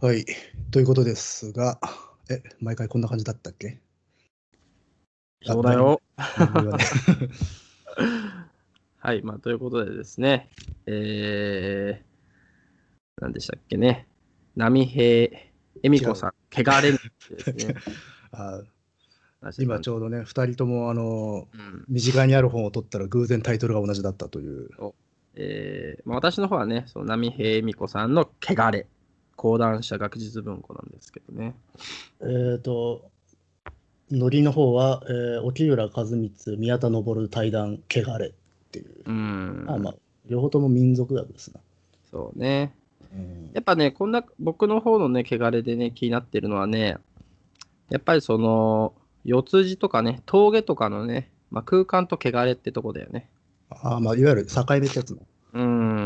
はい。ということですが、え、毎回こんな感じだったっ けそうだよ。何も言わないはい、まあ、ということでですね、えー、何でしたっけね、波平恵美子さん、汚れるってですね。あ今ちょょうどね、2人ともあのうん身近にある本を取ったら偶然タイトルが同じだったという。えーまあ、私の方はね、その波平恵美子さんの汚れ、講談社学術文庫なんですけどね。えー、と、ノリの方は、えー、沖浦和光、宮田昇対談、汚れっていう。うん、あまあ、両方とも民族学ですな。そうね。うんやっぱね、こんな僕の方のね、汚れでね、気になってるのはね、やっぱりその、四つ字とかね、峠とかのね、まあ、空間と汚れってとこだよね。あまあ、いわゆる境目ってやつの。う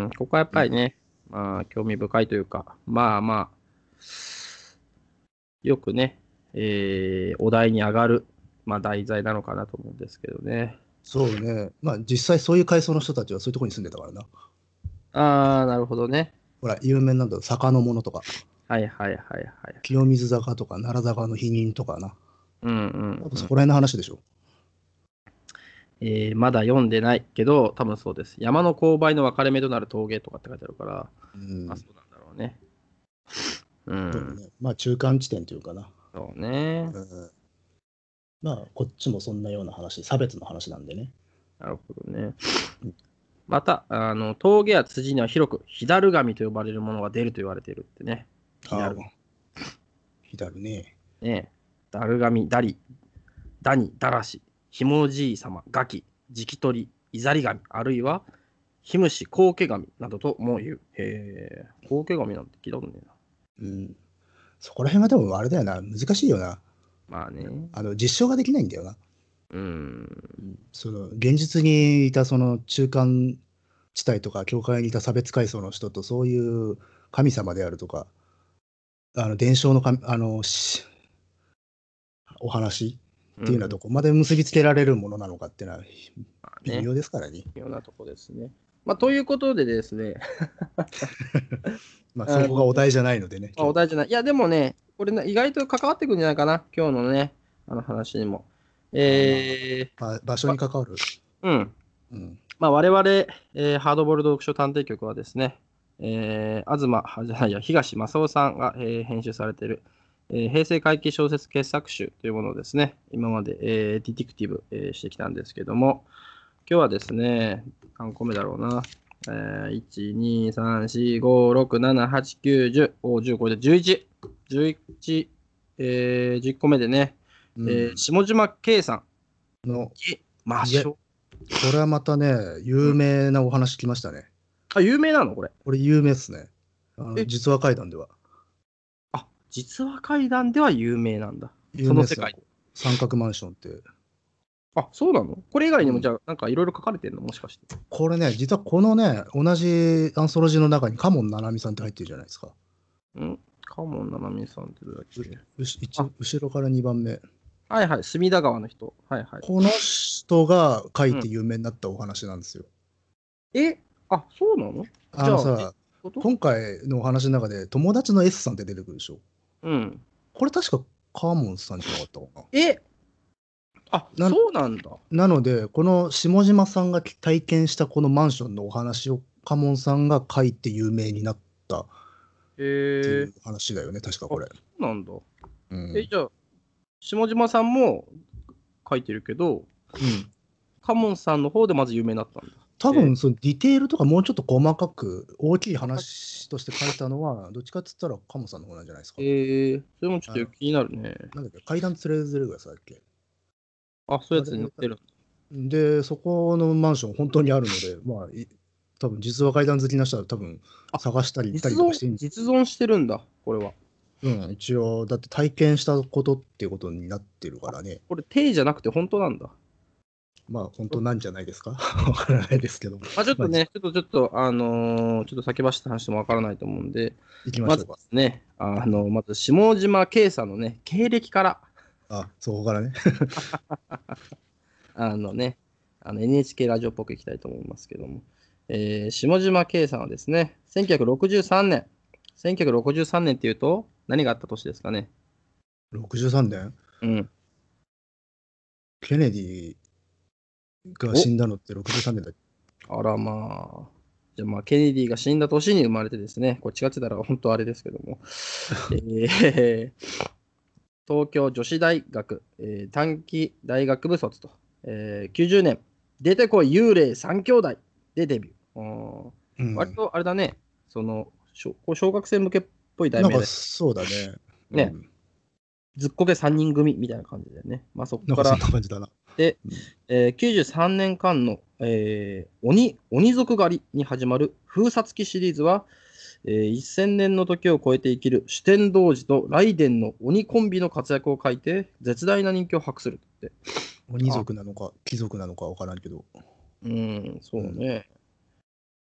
ん、ここはやっぱりね、まあ、興味深いというか、まあまあ、よくね、えーお題に上がる、まあ、題材なのかなと思うんですけどね。そうね。まあ、実際そういう階層の人たちはそういうところに住んでたからな。あー、なるほどね。ほら、有名なんだ坂のものとか、はいはいはいはい。清水坂とか、奈良坂の否認とかな。うんうん、う多ん分そこら辺の話でしょ。えーまだ読んでないけど、多分そうです。山の勾配の分かれ目となる峠とかって書いてあるから、うんまあそうなんだろうね。うそうねん、まあ、中間地点というかな。そうね。うんまあ、こっちもそんなような話、差別の話なんでね。なるほどね。また、あの峠や辻には広く、左神と呼ばれるものが出ると言われているってね。あ左左ね。ねえ、だるがみ、だり、だに、だらし、ひもじい様、ガキ、じきとり、いざり神、あるいは、ひむし、こうけ神などとも言う。へえ、こうけ神なんて聞いたことねえな。うん。そこら辺がでもあれだよな、難しいよな。まあね、あの実証ができないんだよな。うん、その現実にいたその中間地帯とか教会にいた差別階層の人とそういう神様であるとかあの伝承の神あのしお話っていうのはどこまで結びつけられるものなのかっていうのはまあね微妙ですからね。微妙なとこですね。まあ、ということでですね、まあそこがお題じゃないのでね。まあ、お題じゃない。いや、でもね、これね、意外と関わってくるんじゃないかな、今日のね、あの話にも。えば場所に関わる。ー、うん。うん、まあ、我々、えーハードボールド読書探偵局はですね、えー、東、あじゃないや、東正夫さんが、えー編集されている、えー平成回帰小説傑作集というものをですね、今まで、えーディティクティブ、えーしてきたんですけども、今日はですね、何個目だろうな、えー、1、2、3、4、5、6、7、8、9、10、お10これで11、11、えー、10個目でね、うんえー下島圭さん、のこ魔いえ性。れはまたね有名なお話来ましたね。あ、有名なのこれ。これ有名ですね。あのえ実話怪談では。あ実話怪談では有名なんだ。有名っすよその世界三角マンションって。あそうなのこれ以外にうもんじゃあ、なんかいろいろ書かれてるのもしかして。これね、実はこのね、同じアンソロジーの中にカモン・ナナミさんって入ってるじゃないですか。うんカモン・ナナミさんってどれだっけうし一あ後ろから2番目。はいはい、隅田川の人。はいはこの人が書いて有名になったお話なんですよ。い。えあそうなのあのじゃさ、こと今回のお話の中で、友達の S さんって出てくるでしょ。うん。これ確かカモンさんじゃなかったかな。えあなんそうなんだ。なので、この下島さんが体験したこのマンションのお話をカモンさんが書いて有名になったっへていえう話だよね、確かこれ。そうなんだ。うんえ、じゃあ、下島さんも書いてるけど、うんカモンさんの方でまず有名になったんだ。多え分そのディテールとかもうちょっと細かく大きい話として書いたのはどっちかっつったらカモさんの方なんじゃないですか。えー、それもちょっと気になるね。なんだっけ階段連れずれぐらいさっけ。あ、そういうやつに載ってる。でそこのマンション本当にあるのでまあい多分実は階段好きな人は多分あ探したり行ったり実とかしてん存実存してるんだ、これは。うん、一応だって体験したことっていうことになってるからねこれ、定じゃなくて本当なんだ。まあ本当なんじゃないですか わからないですけどまあ、ちょっとね、ちょっと、ちょっと、あのーちょっと先走った話もわからないと思うんで、行きまましょうずかで。すね、あのまず下島圭さんのね、経歴から、あそこからね。あのね、あの NHK ラジオっぽくいきたいと思いますけども、えー下島圭さんはですね、1963年、 1963年っていうと、何があった年ですかね。 63年うん。ケネディが死んだのって63年だっけあらまあ。じゃあまあ、ケネディが死んだ年に生まれてですね、これ違ってたら本当あれですけど も。えー東京女子大学、えー短期大学部卒と、えー90年、出てこい幽霊三兄弟でデビュー。うんうん割とあれだね、その、小こう小学生向けっぽい題なん名かで、そうだね。 ねうんずっこけ3人組みたいな感じだよね。まあそこなんかからそんな感じだな。で、えー93年間の、えー鬼鬼族狩りに始まる風殺記シリーズは、えー1000年の時を超えて生きる主天童子と雷電の鬼コンビの活躍を書いて絶大な人気を博するって。鬼族なのか、貴族なのかわからんけど。うん、そうね。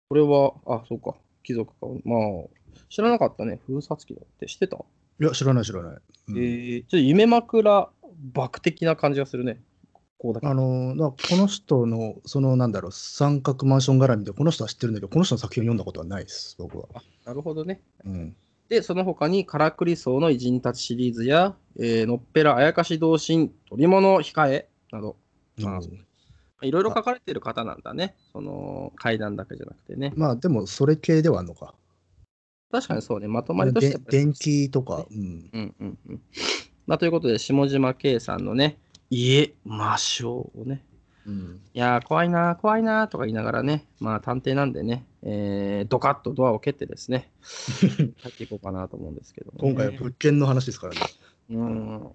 これは、あ、そうか、貴族か。まあ、知らなかったね。風殺記だって知ってた、いや、知らない知らない。うんえーちょっと夢枕爆的な感じがするね。こうだけあのなこの人の、そのなんだろう、三角マンション絡みで、この人は知ってるんだけど、この人の作品を読んだことはないです、僕は。なるほどね。うん、で、その他に、カラクリソウの偉人たちシリーズや、えーのっぺらあやかし同心、取り物控えなど、あーいろいろ書かれている方なんだね。その、階段だけじゃなくてね。まあ、でも、それ系ではあるのか。確かにそうね、まとまりとしてではやっぱり。電気とか、うん、うんうんうん。まあ、ということで、下島圭さんのね、家、魔性をね、うん、いやー、怖いなー、怖いなーとか言いながらね、まあ、探偵なんでね、えー、ドカッとドアを蹴ってで すね、入っていこうかなと思うんですけど、ね。今回は物件の話ですからね。うん。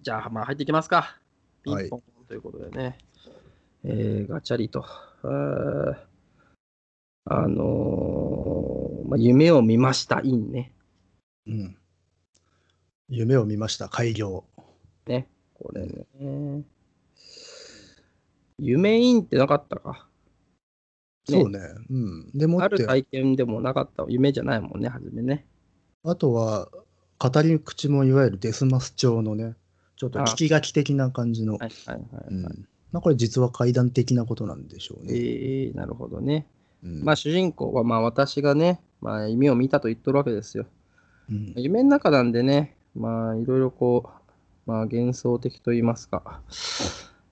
じゃあ、まあ入っていきますか。ピはいンポンということでね。えーガチャリと。あーあのーまあ、夢を見ました、インね。うん、夢を見ました、開業。ね。これね。夢インってなかったか。ねそうね。うん、でもあっるて、体験でもなかった。夢じゃないもんね、初めね。あとは、語り口もいわゆるデスマス調のね、ちょっと聞き書き的な感じの。はいはいはい、うんはいまあ、これ実は怪談的なことなんでしょうね。えー、なるほどね。うんまあ主人公は、まあ私がね、まあ夢を見たと言っとるわけですよ。うん夢の中なんでね、まあ、いろいろこう、まあ、幻想的と言いますか、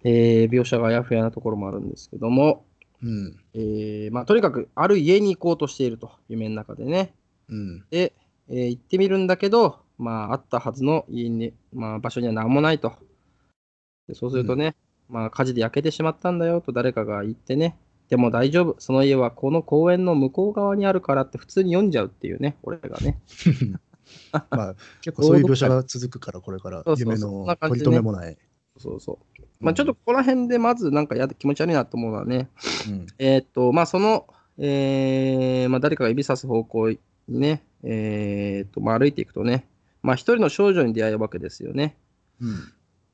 えー描写があやふやなところもあるんですけども、うんえーまあ、とにかく、ある家に行こうとしていると、夢の中でね。うんで、えー行ってみるんだけど、まあ、あったはずの家に、まあ、場所には何もないと。でそうするとね、まあ、火事で焼けてしまったんだよと誰かが言ってね、でも大丈夫、その家はこの公園の向こう側にあるからって普通に読んじゃうっていうね、俺がね。まあ、結構そういう描写が続くから、これからそうそう夢そうそのんな感取じりでね留めもない。そうそう。まあ、ちょっとここら辺でまずなんかやだ気持ち悪いなと思うのはね、 うんえーっと、まあその、えーまあ、誰かが指さす方向にね、えーっと、まあ歩いていくとね、まあ一人の少女に出会うわけですよね。うん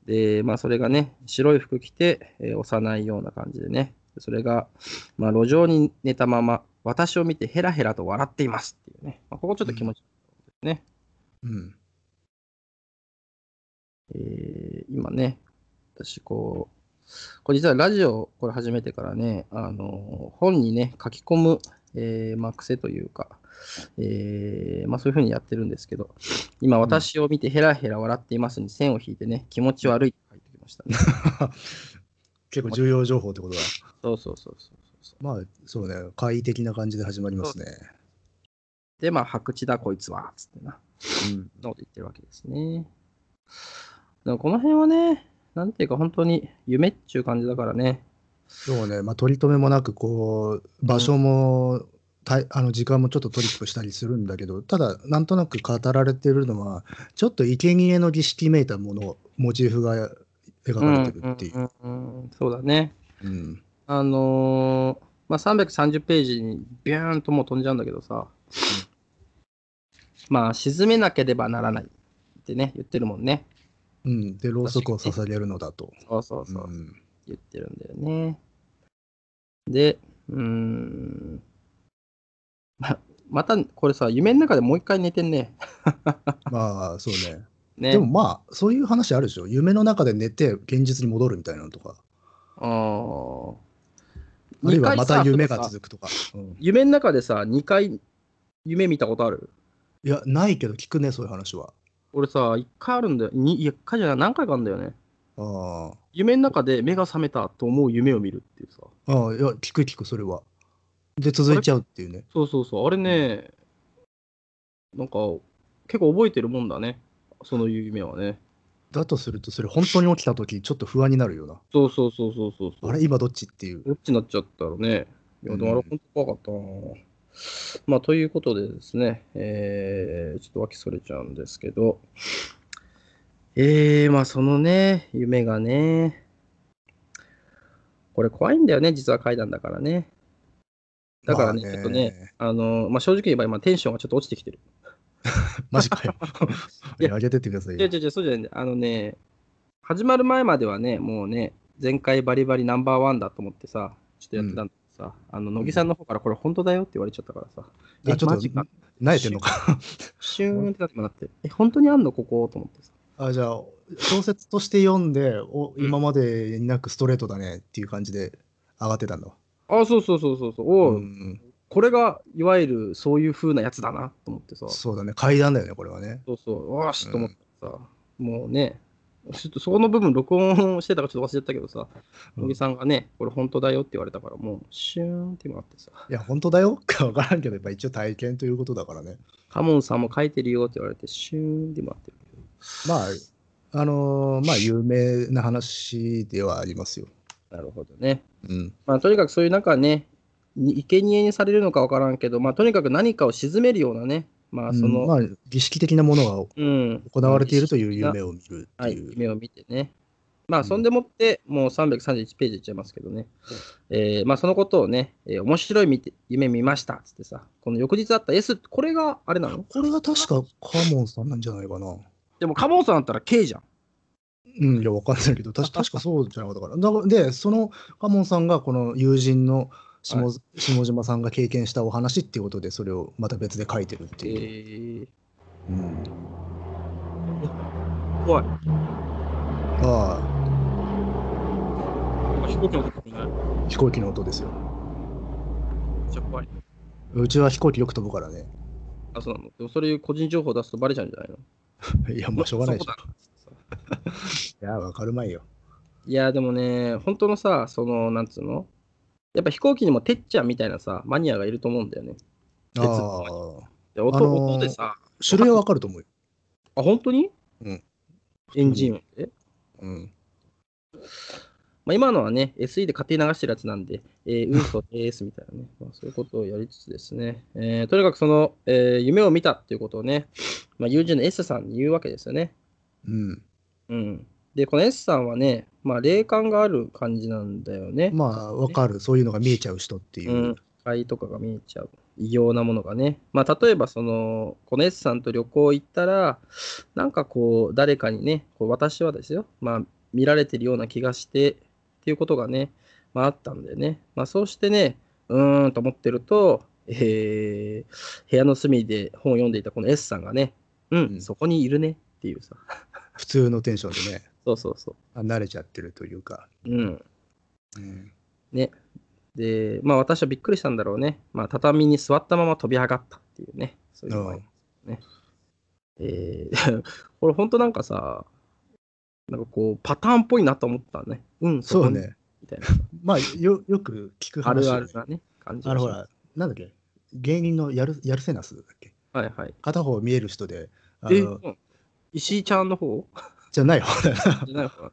で、まあそれがね、白い服着て、えー幼いような感じでね、それが、まあ路上に寝たまま、私を見てヘラヘラと笑っていますっていうね、まあ、ここちょっと気持ち悪いですね。うんえー今ね、私こう、これ実はラジオこれ始めてからね、あの本にね、書き込む、えーまあ、癖というか、えーまあ、そういうふうにやってるんですけど、今、私を見てヘラヘラ笑っていますに線を引いてね、気持ち悪いって書いてきましたね。結構重要情報ってことだ。そうそうそうそうそう。まあ、そうね、怪異的な感じで始まりますね。で、まあ、白痴だこいつは、つってな、うんのこと言ってるわけですね。でもこの辺はね、なんていうか本当に夢っちゅう感じだからね、そうね、まあ、取り留めもなく、こう、場所も、たいあの時間もちょっとトリップしたりするんだけど、ただ、なんとなく語られてるのは、ちょっと生贄の儀式めいたもの、モチーフが描かれてるっていう。んうんうんうん、そうだね。うんあのーまあ、330ページにビューンともう飛んじゃうんだけどさ、まあ、沈めなければならないってね、言ってるもんね。うん、で、ろうそくを捧げるのだと。そうそうそう、うん言ってるんだよね。で、うーん、ままたこれさ、夢の中でもう一回寝てんね。まあ、そうね。ねでもまあ、そういう話あるでしょ。夢の中で寝て、現実に戻るみたいなのとか、あーあるいはまた夢二回がさ続くとか。うん夢の中でさ、2回夢見たことあるいや、ないけど聞くね、そういう話は。俺さ、一回あるんだよ。にいや一回じゃない、何回かあるんだよね。あ夢の中で目が覚めたと思う夢を見るっていうさ。あ。ああ、いや、聞く聞く、それは。で、続いちゃうっていうね。そうそうそう。あれね、なんか、結構覚えてるもんだね。その夢はね。だとすると、それ本当に起きたとき、ちょっと不安になるよな。そうそうそうそうそうそう。あれ、今どっちっていう。どっちになっちゃったらね。いや、でもあうれん本当怖かったな、まあ、ということでですね、えーちょっと脇それちゃうんですけど、えー、まあそのね、夢がね、これ怖いんだよね、実は階段だからね。だからね、まあちょっとね、あの、まあ正直言えば今テンションがちょっと落ちてきてる。マジかよ。いいやや、上げてってください違うよ。違う違う、そうじゃないんだよあのね、始まる前まではね、もうね、前回バリバリナンバーワンだと思ってさ、ちょっとやってたんだけどさ、あの、乃木さんの方からこれ本当だよって言われちゃったからさ、あえちょマっとジか、慣れてんのか。シューンってなって今なって、え、本当にあんのここと思ってさ。あじゃあ、小説として読んで、お今までになくストレートだねっていう感じで上がってたんだわ。あ、そうそうそうそうそう、おううんこれがいわゆるそういう風なやつだなと思ってさ、そそうだね、階段だよね、これはね。うそう、わーしと思ってさ、もうね、ちょっとそこの部分録音してたかちょっと忘れてたけどさ、うん乃木さんがね、これ本当だよって言われたから、もうシューンって今なってさ。いや、本当だよか分からんけど、やっぱ一応体験ということだからね。カモンさんも書いてるよって言われて、シューンって回ってる。まあ、あのーまあ、有名な話ではありますよ。なるほどね。うん。まあ、とにかくそういう中ね、いけにえにされるのかわからんけど、まあ、とにかく何かを沈めるようなね、まあ、その、うんまあ、儀式的なものがうん、行われているという儀式夢を見るっなはてい、いう。夢を見てね。まあ、そんでもって、もう331ページいっちゃいますけどね。えーまあ、そのことをね、えー面白い見て夢見ましたっつってさ、この翌日あった S、これがあれなのこれは確かカモンさんなんじゃないかな。でも、カモンさんだったら K じゃん。うん、いや、わかんないけど、確か確かそうじゃなかったから。だからで、そのカモンさんがこの友人の下,、は下島さんが経験したお話っていうことで、それをまた別で書いてるってえいう。ー、うん、怖い。あ飛行機のことない。めあ、飛行機の音ですよ。っちゃ怖い。うちは飛行機よく飛ぶからね。 あ、そうなの。でもそれ個人情報出すとバレちゃうんじゃないのいや、もうしょうがないでしそょこ。だいや、わかるまいよ。いや、でもね、本当のさ、その、なんつうのやっぱ飛行機にもてっちゃんみたいなさ、マニアがいると思うんだよね。あにあ、で音,、あのー音でさ、種類はわかると思うよ。あ、本当にうん。エンジン音で。うん。まあ、今のはね、SE で勝手に流してるやつなんで、えー、ウーソ AS みたいなね、まあ、そういうことをやりつつですね、えーとにかくその、えー夢を見たっていうことをね、まあ、友人の S さんに言うわけですよね。うん。うん。で、この S さんはね、まあ、霊感がある感じなんだよね。まあ、わかる。そういうのが見えちゃう人っていう。うん、肺とかが見えちゃう異様なものがね、まあ、例えばそのこの S さんと旅行行ったらなんかこう誰かにねこう私はですよ、まあ、見られてるような気がしてっていうことがね、まあ、あったんだよね、まあ、そうしてねうーんと思ってると、えー部屋の隅で本を読んでいたこの S さんがねうん、うんそこにいるねっていうさ普通のテンションでね、 そうそうそあ慣れちゃってるというか。ううんうん、ね。で、まあ私はびっくりしたんだろうね。まあ畳に座ったまま飛び上がったっていうね。そういうのがありますね。えー これ本当なんかさ、なんかこうパターンっぽいなと思ったね。うん、そうこに。ね。みたいな。まあ、よよく聞くあ話、るね、あるなね、感じあのがしほますら、なんだっけ芸人のやるやるせなすだっけはいはい。片方見える人で、あえ、のうん石井ちゃん の方じゃない方だよなじゃない方あ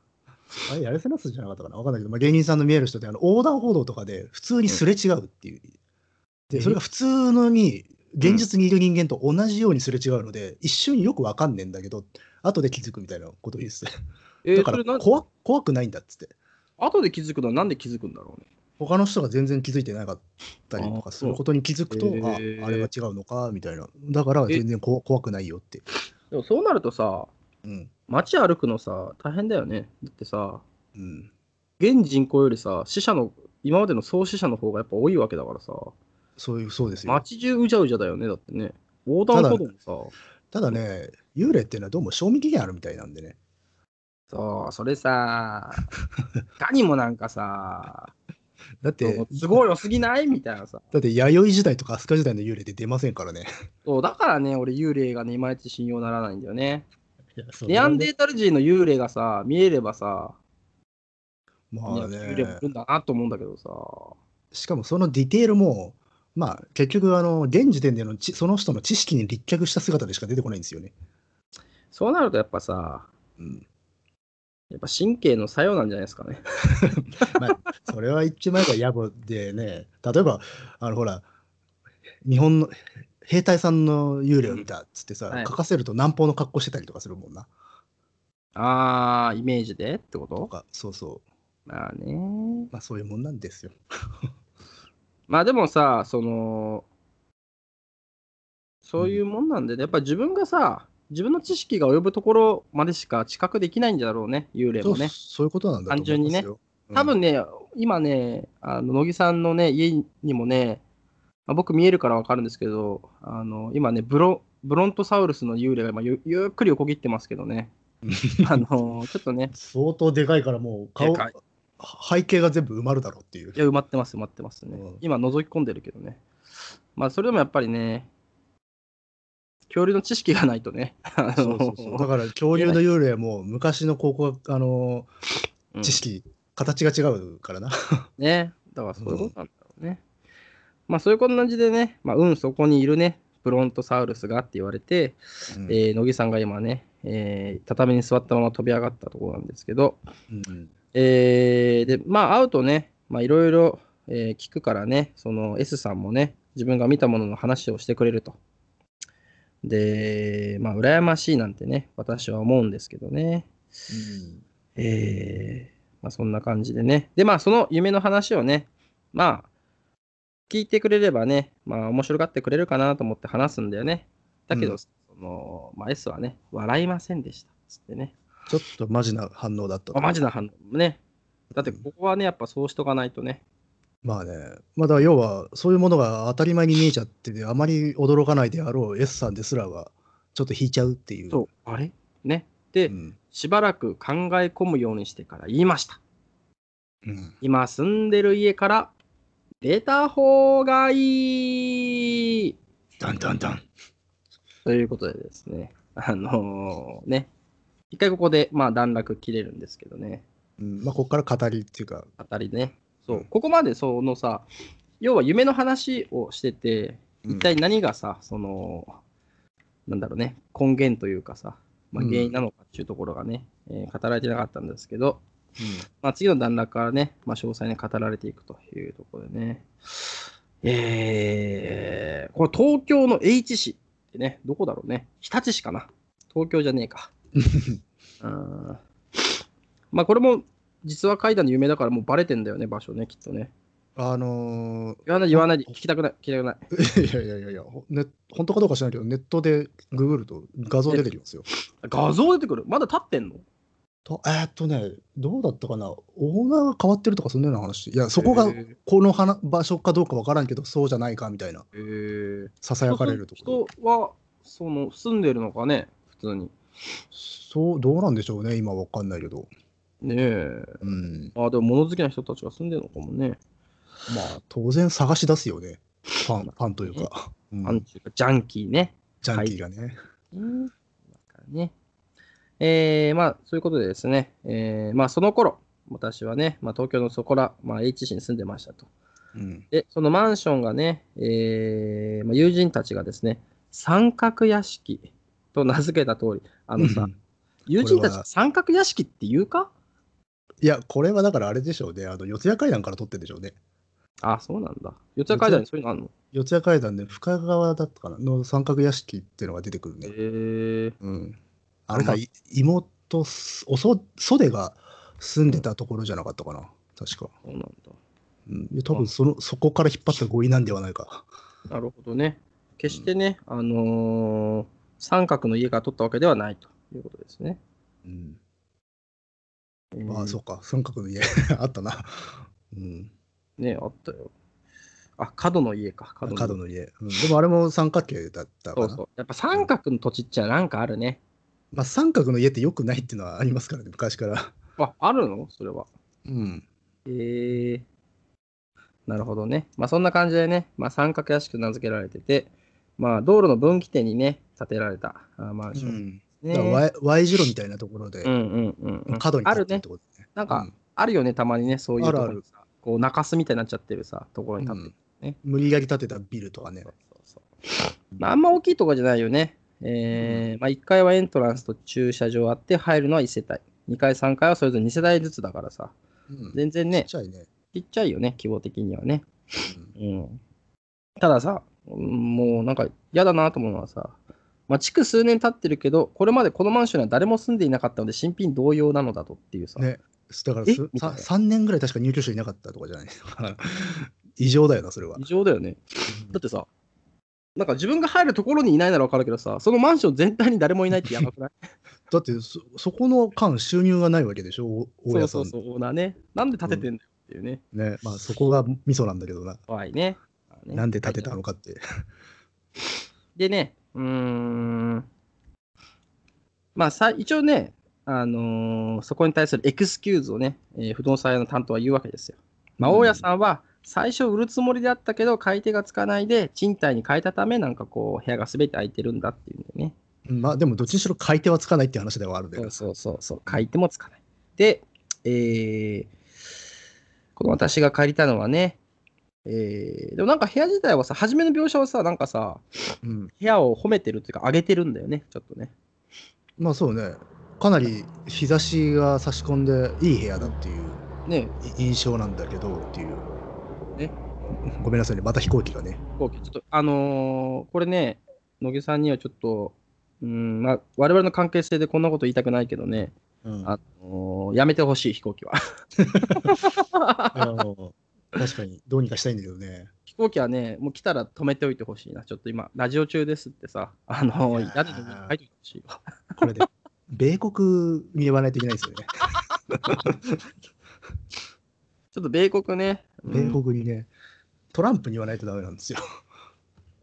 れ、やるせなすじゃなかったかなわかんないけど、まあ、芸人さんの見える人で、あの横断歩道とかで普通にすれ違うっていう。で、それが普通のに、現実にいる人間と同じようにすれ違うので、一瞬よくわかんねえんだけど、後で気づくみたいなこと言うんです。えだー、かそれらな怖怖くないんだっつって。後で気づくのはなんで気づくんだろうね。他の人が全然気づいてなかったりとあかすることに気づくと、そうへーああれは違うのかみたいな。だから全然こ怖くないよって。でもそうなるとさ、うん。街歩くのさ、大変だよね。だってさ、うん。現人口よりさ、死者の、今までの総死者の方がやっぱ多いわけだからさ、そういう、そうですよ。街中うじゃうじゃだよね、だってね。横断歩道もさ、ただね、幽霊っていうのはどうも賞味期限あるみたいなんでね。 そう、それさ、いかにもなんかさ、だって、すごい良すぎないみたいなさ。だって弥生時代とか飛鳥時代の幽霊って出ませんからね。そうだからね、俺幽霊がね、いまいち信用ならないんだよね。いやそうネアンデータル人の幽霊がさ、見えればさ、まあいや幽霊もねい。るんだなと思うんだけどさ。しかもそのディテールも、まあ結局、あの、現時点でのちその人の知識に立脚した姿でしか出てこないんですよね。そうなるとやっぱさ、うん。やっぱ神経の作用なんじゃないですかね。まあ、それは言っちまえば野暮でね、例えば、あの、ほら、日本の兵隊さんの幽霊を見たっつってさ、はい書かせると南方の格好してたりとかするもんな。あー、イメージでってこととか、そうそう。まあね。まあそういうもんなんですよ。まあでもさ、その、そういうもんなんでね、やっぱ自分がさ、自分の知識が及ぶところまでしか知覚できないんだろうね、幽霊そもうね。そういうことなんだと思いますよ。多分ね、今ね、あの乃木さんのね、家にもね、まあ、僕見えるからわかるんですけど、あの今ねブロ、ブロントサウルスの幽霊が今ゆゆっくり横切ってますけどね。あのちょっとね、相当でかいからもう顔でかい背景が全部埋まるだろうっていうい。や、埋まってます、埋まってますねうん。今、覗き込んでるけどね。まあ、それでもやっぱりね、恐竜の知識がないとね、あそうそうそうだのから恐竜の幽霊も昔の高校あのうん知識、形が違うからな。ね、だからそういうことなんだろうね。まあ、そういう感じでね、まあ、うん、そこにいるね、ブロントサウルスがって言われて、うん えー乃木さんが今ね、えー畳に座ったまま飛び上がったところなんですけど、うんえーで、まあ、会うとね、まあ、いろいろ、えー聞くからね、その S さんもね、自分が見たものの話をしてくれると。で、まあ、羨ましいなんてね、私は思うんですけどね。えーまあ、そんな感じでね。で、まあ、その夢の話をね、まあ、聞いてくれればね、まあ、面白がってくれるかなと思って話すんだよね。だけど、うんその、まあ、S はね、笑いませんでした。つってね。ちょっとマジな反応だったあ、マジなな反応ね。だって、ここはね、やっぱそうしとかないとね。まあね、まあだから要はそういうものが当たり前に見えちゃっててあまり驚かないであろう S さんですらはちょっと引いちゃうっていう。そう、あれね。で、うんしばらく考え込むようにしてから言いました。うん今住んでる家から出た方がいいダンダンダン。ということでですね、あのーね、一回ここで、まあ、段落切れるんですけどね、うんまあここから語りっていうか、、あたりね、そううんここまでそのさ、要は夢の話をしてて、うん一体何がさ、その、なんだろうね、根源というかさ、まあ、うん原因なのかっていうところがね、えー語られてなかったんですけど、うんまあ、次の段落からね、まあ、詳細に語られていくというところでね。えー、これ東京の H 市ってね、どこだろうね。日立市かな。東京じゃね えか。うんまあこれも実は階段の有名だからもうバレてんだよね、場所ね、きっとね。あの言わない、言わないで、聞きたくない、聞きたくない。ー いやいやいやいや、ほね本当かどうか知らないけど、ネットでググると画像出てきますよ。画像出てくる。まだ立ってんのとえーっとね、どうだったかな、オーナーが変わってるとか、そんなような話、いや、そこがえこの花場所かどうかわからんけど、そうじゃないかみたいな、ー、ささやかれるところ。人は、その、住んでるのかね、普通に。そう、どうなんでしょうね、今わかんないけど。ねえ。うん。あ、でも物好きな人たちが住んでるのかもね。まあ、当然探し出すよね、ファン、ファンというか、うなんん、ていうか、ジャンキーね。ジャンキーがね。うん。だからね。えー、まあ、そういうことでですね、えー、まあ、その頃、私はね、まあ、東京のそこら、まあ、H 市に住んでましたと。うん。で、そのマンションがね、えーまあ、友人たちがですね、三角屋敷と名付けた通り、あのさ、うん友人たち三角屋敷って言うかいや、これはだからあれでしょうね、あの四谷階段から撮ってるでしょうね。あ、そうなんだ。四谷階段にそういうのあるの四谷階段で深川だったかな、の三角屋敷っていうのが出てくるね。へえうん、あれまあか、い妹すおそ袖が住んでたところじゃなかったかな確か、そうなんだ。うん、いや多分そのそこから引っ張った合意なんではないかなるほどね。決してね、あのー三角の家から取ったわけではないということですね。うん、えーああそうか三角の家 あったな、うん、ね、あったよ。あ、角の家か。角の家角の家、うん、でもあれも三角形だったかそなうそう。やっぱ三角の土地っちゃなんかあるね。まあ、三角の家って良くないっていうのはありますからね昔からあ、あるのそれは。うんえー、なるほどね。まあそんな感じでね、まあ三角屋敷と名付けられてて、まあ道路の分岐点にね、建てられたあーマンションですね。だから Y, y 字路みたいなところで、うんうんうんうん、角にあ立るってるっねて。ことですね。なんか、うんあるよね、たまにね、そういうところあるあるにさこう中州みたいになっちゃってるさ、ところに立ってる。無理やり建てたビルとかねそう。そうそうまあ、あんま大きいとこじゃないよね。えーまあ、1階はエントランスと駐車場あって、入るのは1世帯。2階、3階はそれぞれ2世帯ずつだからさ、うん全然ちっね、ちゃいね。ちっちゃいよね、規模的にはね。うんうん、たださ、うんもうなんか嫌だなと思うのはさ、まあ、築数年経ってるけど、これまでこのマンションには誰も住んでいなかったので、新品同様なのだとっていうさ、ねだからえすみたいさな3年ぐらい確か入居者いなかったとかじゃない ですか。異常だよな、それは異。常だよね。だってさ、なんか自分が入るところにいないなら分かるけどさ、そのマンション全体に誰もいないってやばくないだってそ、そこの間、収入がないわけでしょ、お 大そ家うさそん。うそう、オーナーね。なんで建ててんだよっていうね。ね、まあ、そこがミソなんだけどな。怖いね。まあねなんで建てたのかって。でね、うーん。まあさ、一応ね、あのーそこに対するエクスキューズをね、えー不動産屋の担当は言うわけですよ。まあ、うん大家さんは、最初売るつもりであったけど、買い手がつかないで、賃貸に変えたため、なんかこう、部屋が全て空いてるんだっていうんでね。まあ、でも、どっちにしろ買い手はつかないって話ではあるんだそよう。そうそうそう、書いてもつかない。で、えーこの私が借りたのはね、えーでもなんか部屋自体はさ、初めの描写はさ、なんかさ、うん、部屋を褒めてるっていうか、上げてるんだよね、ちょっとね。まあ、そうね。かなり日差しが差し込んで、いい部屋だっていうねい印象なんだけど、っていう。ねごめんなさいね、また飛行機がね。飛行機ちょっと、あのーこれね、野木さんにはちょっと、うんまあ、我々の関係性でこんなこと言いたくないけどね、うん、あのーやめてほしい、飛行機は。 あの確かに、どうにかしたいんだけどね。飛行機はね、もう来たら止めておいてほしいな。ちょっと今、ラジオ中ですってさ、あのーいやー屋根の上に書いておいてほしいわ。これで。米国に言わないといけないですよね。ちょっと米国ね、うん米国にね。トランプに言わないとダメなんですよ。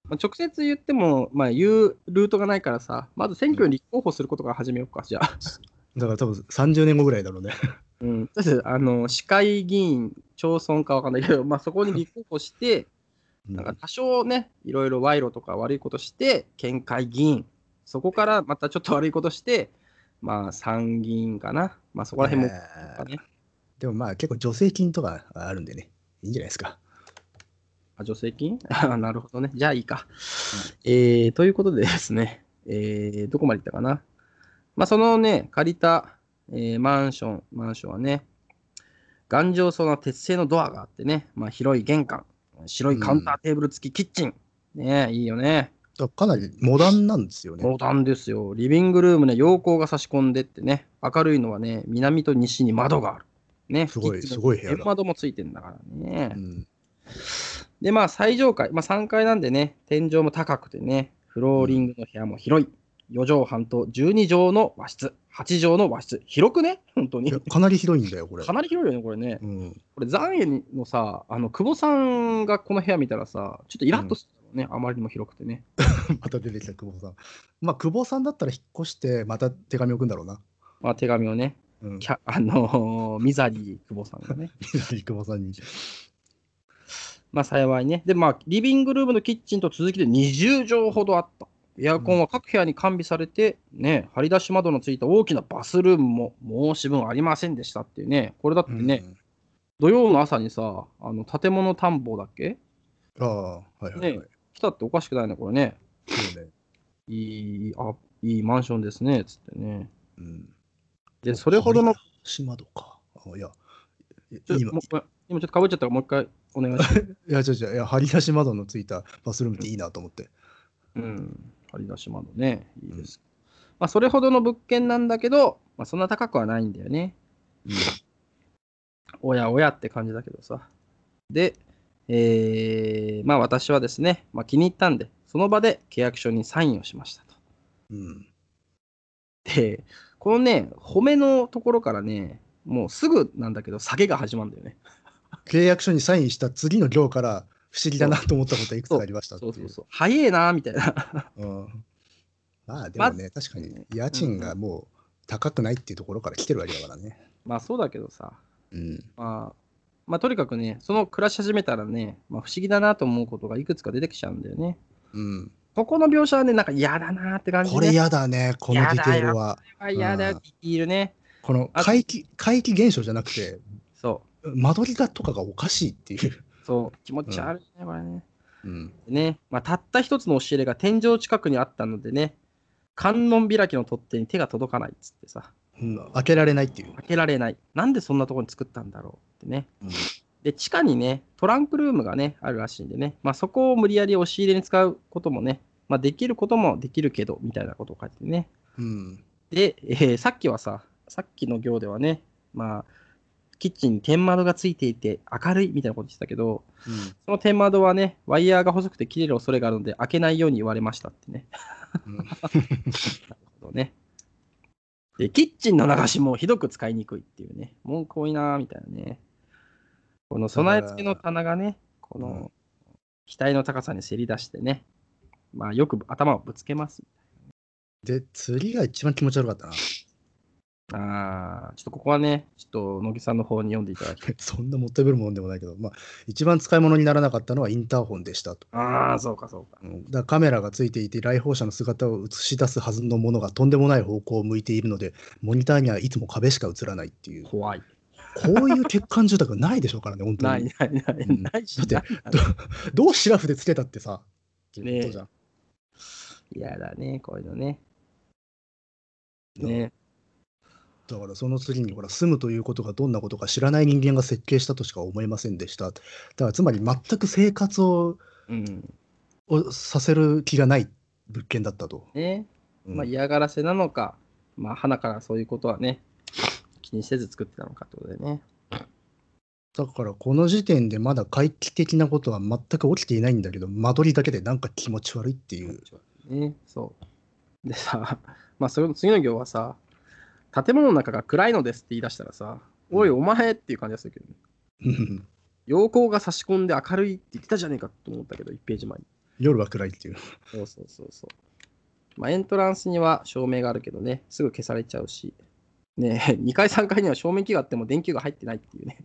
まあ、直接言っても、まあ、言うルートがないからさ、まず選挙に立候補することから始めようか、じゃあ。だから多分30年後ぐらいだろうね。うん、とりあえずあの市会議員、町村かわかんないけど、まあ、そこに立候補して、なんか多少ね、いろいろ賄賂とか悪いことして、県会議員、そこからまたちょっと悪いことして、まあ、参議院かな、まあ、そこら辺も、ねねでもまあ結構助成金とかあるんでね、いいんじゃないですか。あ助成金 あなるほどね。じゃあいいか。えー、ということでですね、えー、どこまで行ったかな。まあ、そのね、借りた、えーマンション、マンションはね、頑丈そうな鉄製のドアがあってね、まあ、広い玄関、白いカウンターテーブル付きキッチン。ねいいよね。だからかなりモダンなんですよね。モダンですよ。リビングルームね、陽光が差し込んでってね、明るいのはね、南と西に窓がある。ね、すごいキッチンのすごい部屋だ天窓もついてんだからね。うんで、まあ、最上階、まあ、3階なんでね、天井も高くてね、フローリングの部屋も広い。4畳半と12畳の和室、8畳の和室。広くね本当いにや。かなり広いんだよ、これ。かなり広いよね、これねう。ん、これ、残影のさ、あの、久保さんがこの部屋見たらさ、ちょっとイラッとするよね、あまりにも広くてね。また出てきた久保さん。まあ、久保さんだったら引っ越して、また手紙送るんだろうな。まあ、手紙をね、うん、キャあのーミザリー久保さんがね。久保さんに。まあ、幸いね。で、まあ、リビングルームのキッチンと続きで20畳ほどあった。エアコンは各部屋に完備されて、ね、張り出し窓のついた大きなバスルームも申し分ありませんでしたっていうね、これだってね、うん土曜の朝にさ、あの建物探訪だっけああ、はいはい、はいね来たっておかしくないね、これね。そうねいい、あ、いいマンションですね、つってね。うん、で、それほどの、島とか。あいや、いちょ今もうごめん今ちょっとかぶっちゃったから、もう一回お願いします。いや、違う違う、いや、張り出し窓のついたバスルームっていいなと思って。うん、張り出し窓ね、いいです。まあ、それほどの物件なんだけど、まあ、そんな高くはないんだよね。おやおやって感じだけどさ。で、えーまあ私はですね、まあ、気に入ったんで、その場で契約書にサインをしましたと。 うん、で、このね、褒めのところからね、もうすぐなんだけど、下げが始まるんだよね。契約書にサインした次の行から、不思議だなと思ったことはいくつかありましたってそいうそうそう。早えな、みたいな。 うんまあでもね、確かに家賃がもう高くないっていうところから来てるわけだからね。まあそうだけどさ、うん。まあ、まあ、とにかくね、その暮らし始めたらね、まあ、不思議だなと思うことがいくつか出てきちゃうんだよね。うん。ここの描写はね、なんか嫌だなって感じ、ね、これ嫌だね、このディテールは。あ嫌だうよん、いるね。このあと怪奇、怪奇現象じゃなくて、そ間取りがとかがおかしいっていう。う、そう、気持ち悪いね、これね。うん。ね、まあ、たった一つの教えが天井近くにあったのでね、観音開きの取っ手に手が届かないっつってさ、うん開けられないっていう。開けられない。なんでそんなとこに作ったんだろうってね。うんで、地下にね、トランクルームがね、あるらしいんでね、まあ、そこを無理やり押し入れに使うこともね、まあ、できることもできるけど、みたいなことを書いてね。うん。で、えーさっきはさ、さっきの行ではね、まあ、キッチンに天窓がついていて明るいみたいなこと言ってたけど、その天窓はね、ワイヤーが細くて切れる恐れがあるので、開けないように言われましたってね。うんそうね。で、キッチンの流しもひどく使いにくいっていうね、文句多いなーみたいなね。この備え付けの棚がね、こうの額の高さにせり出してね、まあよく頭をぶつけます。で、釣りが一番気持ち悪かったな。 ああ、ちょっとここはね、ちょっと乃木さんの方に読んでいただ きたいそんなもったいぶるもんでもないけど、まあ、一番使い物にならなかったのはインターホンでしたと。ああ、そうかそうか。うんだからカメラがついていて、来訪者の姿を映し出すはずのものがとんでもない方向を向いているので、モニターにはいつも壁しか映らないって いう、こ怖い。ういう欠陥住宅ないでしょうからね、本当ないに。ないなうんいないし。だってないどどうシラフでつけたってさ、っていうことじゃん。嫌だね、こういうのね。ね。だからその次にほら住むということがどんなことか知らない人間が設計したとしか思えませんでしただからつまり全く生活をうん。をさせる気がない物件だったと、ね。うんまあ、嫌がらせなのか、まあ、花からそういうことはね、気にせず作ってたのかってことでね。だからこの時点でまだ怪奇的なことは全く起きていないんだけど間取りだけでなんか気持ち悪いっていう、ね、そう。でさ、まあ、それの次の行はさ、建物の中が暗いのですって言い出したらさ、おい、お前っていう感じがするけどね。うん陽光が差し込んで明るいって言ってたじゃねえかと思ったけど、1ページ前に。 夜は暗いっていうそうそうそうそう。まあ、エントランスには照明があるけどね、すぐ消されちゃうし、ねえ、2階、3階には 照明器があっても電球が入ってないっていうね、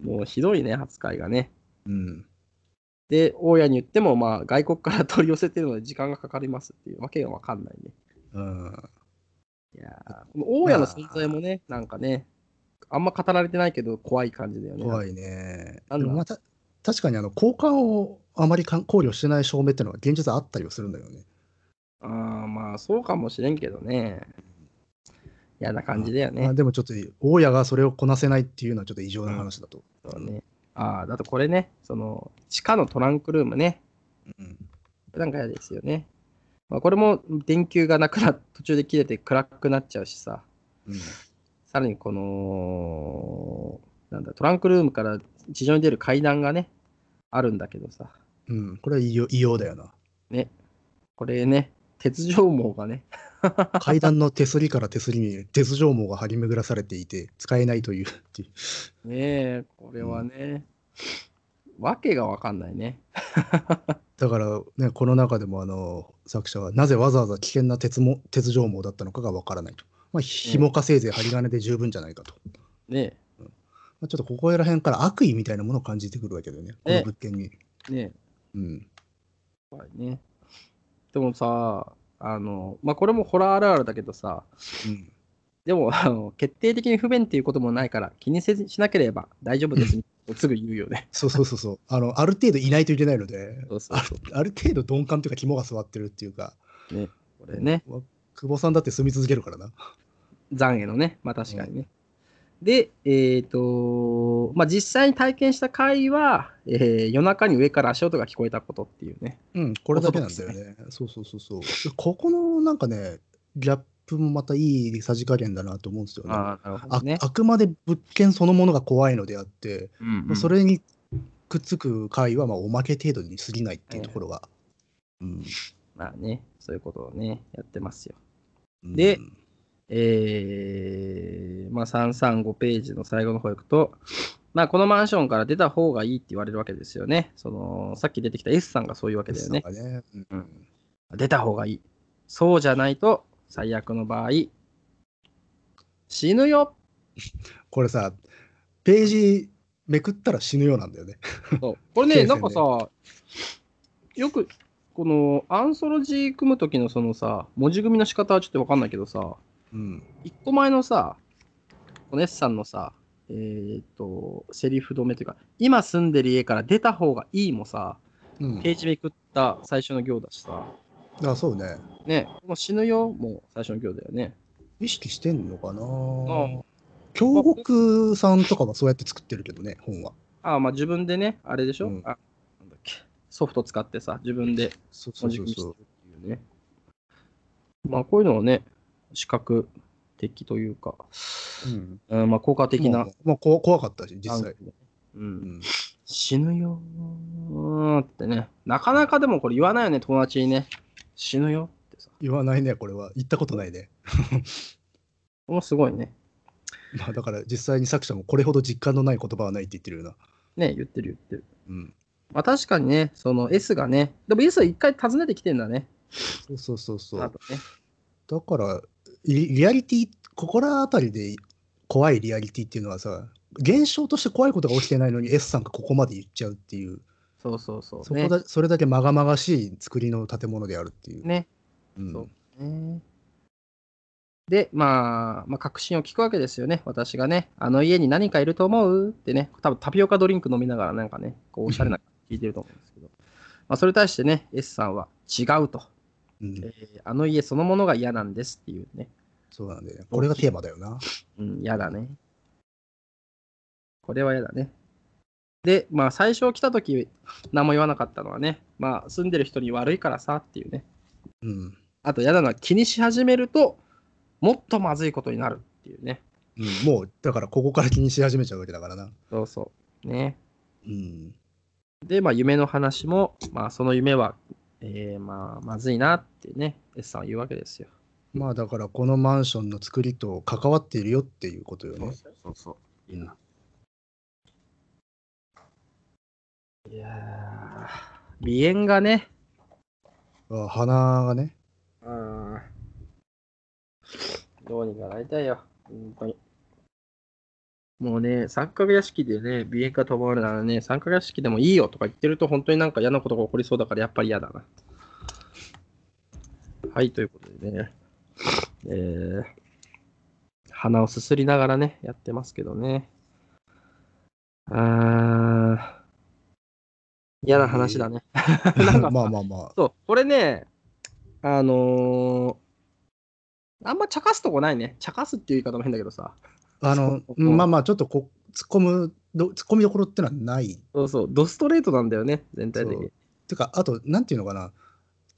もうひどいね、扱いがね。うん、で、大家に言っても、まあ、外国から取り寄せてるので時間がかかりますっていうわけがわかんないね。うん、いやーこの大家の存在もね、なんかね、あんま語られてないけど、怖い感じだよね。怖い。いねあんでなもまあた確かにあの交換をあまりかん考慮してない証明っていうのは現実はあったりはするんだよねあーまあ、そうかもしれんけどね。嫌な感じだよまねあ、。でもちょっと大家がそれをこなせないっていうのはちょっと異常な話だと。そうねああ、だとこれね、その、地下のトランクルームね、うんなんか嫌ですよね。まあ、これも電球がなくなっ、途中で切れて暗くなっちゃうしさ。うんさらにこの、なんだ、トランクルームから地上に出る階段がね、あるんだけどさ、うんこれは異様異様だよな。ね、これね、鉄条網がね、階段の手すりから手すりに鉄条網が張り巡らされていて使えないというっていうねえ、これはね、わけがわかんないね。だから、ね、この中でもあの作者はなぜわざわざ危険な鉄も鉄条網だったのかがわからないと。まあ、紐かせいぜい針金で十分じゃないかと。ねまあ、ちょっとここら辺から悪意みたいなものを感じてくるわけだよね、この物件に。え、ねえ、うん、怖いね。でもさ、あの、まあ、これもホラーあるあるだけどさ、うんでも、あの決定的に不便っていうこともないから、気にせずしなければ大丈夫です、すぐ言うよね。そうそうそう そうあの。ある程度いないといけないので、そうそうあるある程度鈍感というか肝が座ってるっていうか、これね。わ久保さんだって住み続けるからな。残影のね、まあ確かにね。で、えっ、と、まあ実際に体験した回は、えー夜中に上から足音が聞こえたことっていうね。うん、これだけなんだよね。そうそうそうそう。ここのなんかね、ギャップもまたいいさじ加減だなと思うんですよね。あああ、なるほどね。あくまで物件そのものが怖いのであって、うんまあそれにくっつく回はまあおまけ程度に過ぎないっていうところが。うんまあね、そういうことをね、やってますよ。うんでえー、まあ335ページの最後の方行くと、まあこのマンションから出た方がいいって言われるわけですよね。その、さっき出てきた S さんがそういうわけだよね。そうだねうんうん出た方がいい。そうじゃないと、最悪の場合、死ぬよこれさ、ページめくったら死ぬようなんだよね。そうこれね、経線でなんかさ、よく、このアンソロジー組む時のそのさ、文字組みの仕方はちょっとわかんないけどさ、うん。一個前のさ、この S さんのさ、えーっと、セリフ止めというか、今住んでる家から出た方がいいもさ、うん、ページめくった最初の行だしさ、あそうね。ね、この死ぬよも最初の行だよね。意識してんのかうんな京極さんとかはそうやって作ってるけどね、本は。ああ、まあ自分でね、あれでしょ、うんあなんだっけソフト使ってさ、自分でそうそ文うそう字組みしてそるう。っていうね。まあこういうのをね、視覚的というか、うん、うん、まあ効果的なも。うもうこ怖かったし、実際。う、うんん、死ぬよーってね、なかなかでもこれ言わないよね、友達にね。死ぬよってさ。言わないね、これは。言ったことないね。もうすごいね。 まあ、だから実際に作者もこれほど実感のない言葉はないって言ってるような。ね、言ってる言ってる。うん、まあ確かにね、その S がね、でも S は一回訪ねてきてんだね。そうそうそうそう。あとね。だからリリアリティ心当たりで怖いリアリティっていうのはさ現象として怖いことが起きてないのに S さんがここまで言っちゃうっていうそうそうそう、そね。こだそれだけまがまがしい作りの建物であるっていう。ね。うんそうねで、まあ、まあ、確信を聞くわけですよね、私がね。あの家に何かいると思うってね、多分タピオカドリンク飲みながらなんかね、こうおしゃれな聞いてると思うんですけど。まあ、それに対してね、S さんは違うと、うんえーあの家そのものが嫌なんですっていうね。そうなんだよね。これがテーマだよな。うん、嫌だね。これは嫌だね。で、まあ、最初来た時何も言わなかったのはね、まあ、住んでる人に悪いからさっていうね。うんあと嫌なのは気にし始めると、もっとまずいことになるっていうね。うん、もうだからここから気にし始めちゃうわけだからな。そうそう。ね。うん、で、まあ、夢の話も、まあ、その夢は、えー、まあ、まずいなってね、S さんは言うわけですよ。まあだからこのマンションの作りと関わっているよっていうことよね。そうそう。いいな。いやー、鼻炎がね、あ花がね。うんどうにかなりたいよ、本当に。もうね、三角屋敷でね、鼻炎が止まるならね、三角屋敷でもいいよとか言ってると、本当になんか嫌なことが起こりそうだから、やっぱり嫌だな。はい、ということでね、えー、鼻をすすりながらね、やってますけどね。あー、嫌な話だね。 なまんかあまあまあ。そう、これね、あのーあんま茶化すとこないね。茶化すっていう言い方も変だけどさ。あのそううんまあまあちょっとこ突っ込むど突っ込みどころってのはないそうそう、ドストレートなんだよね、全体的そにう。てか、あと、なんていうのかな、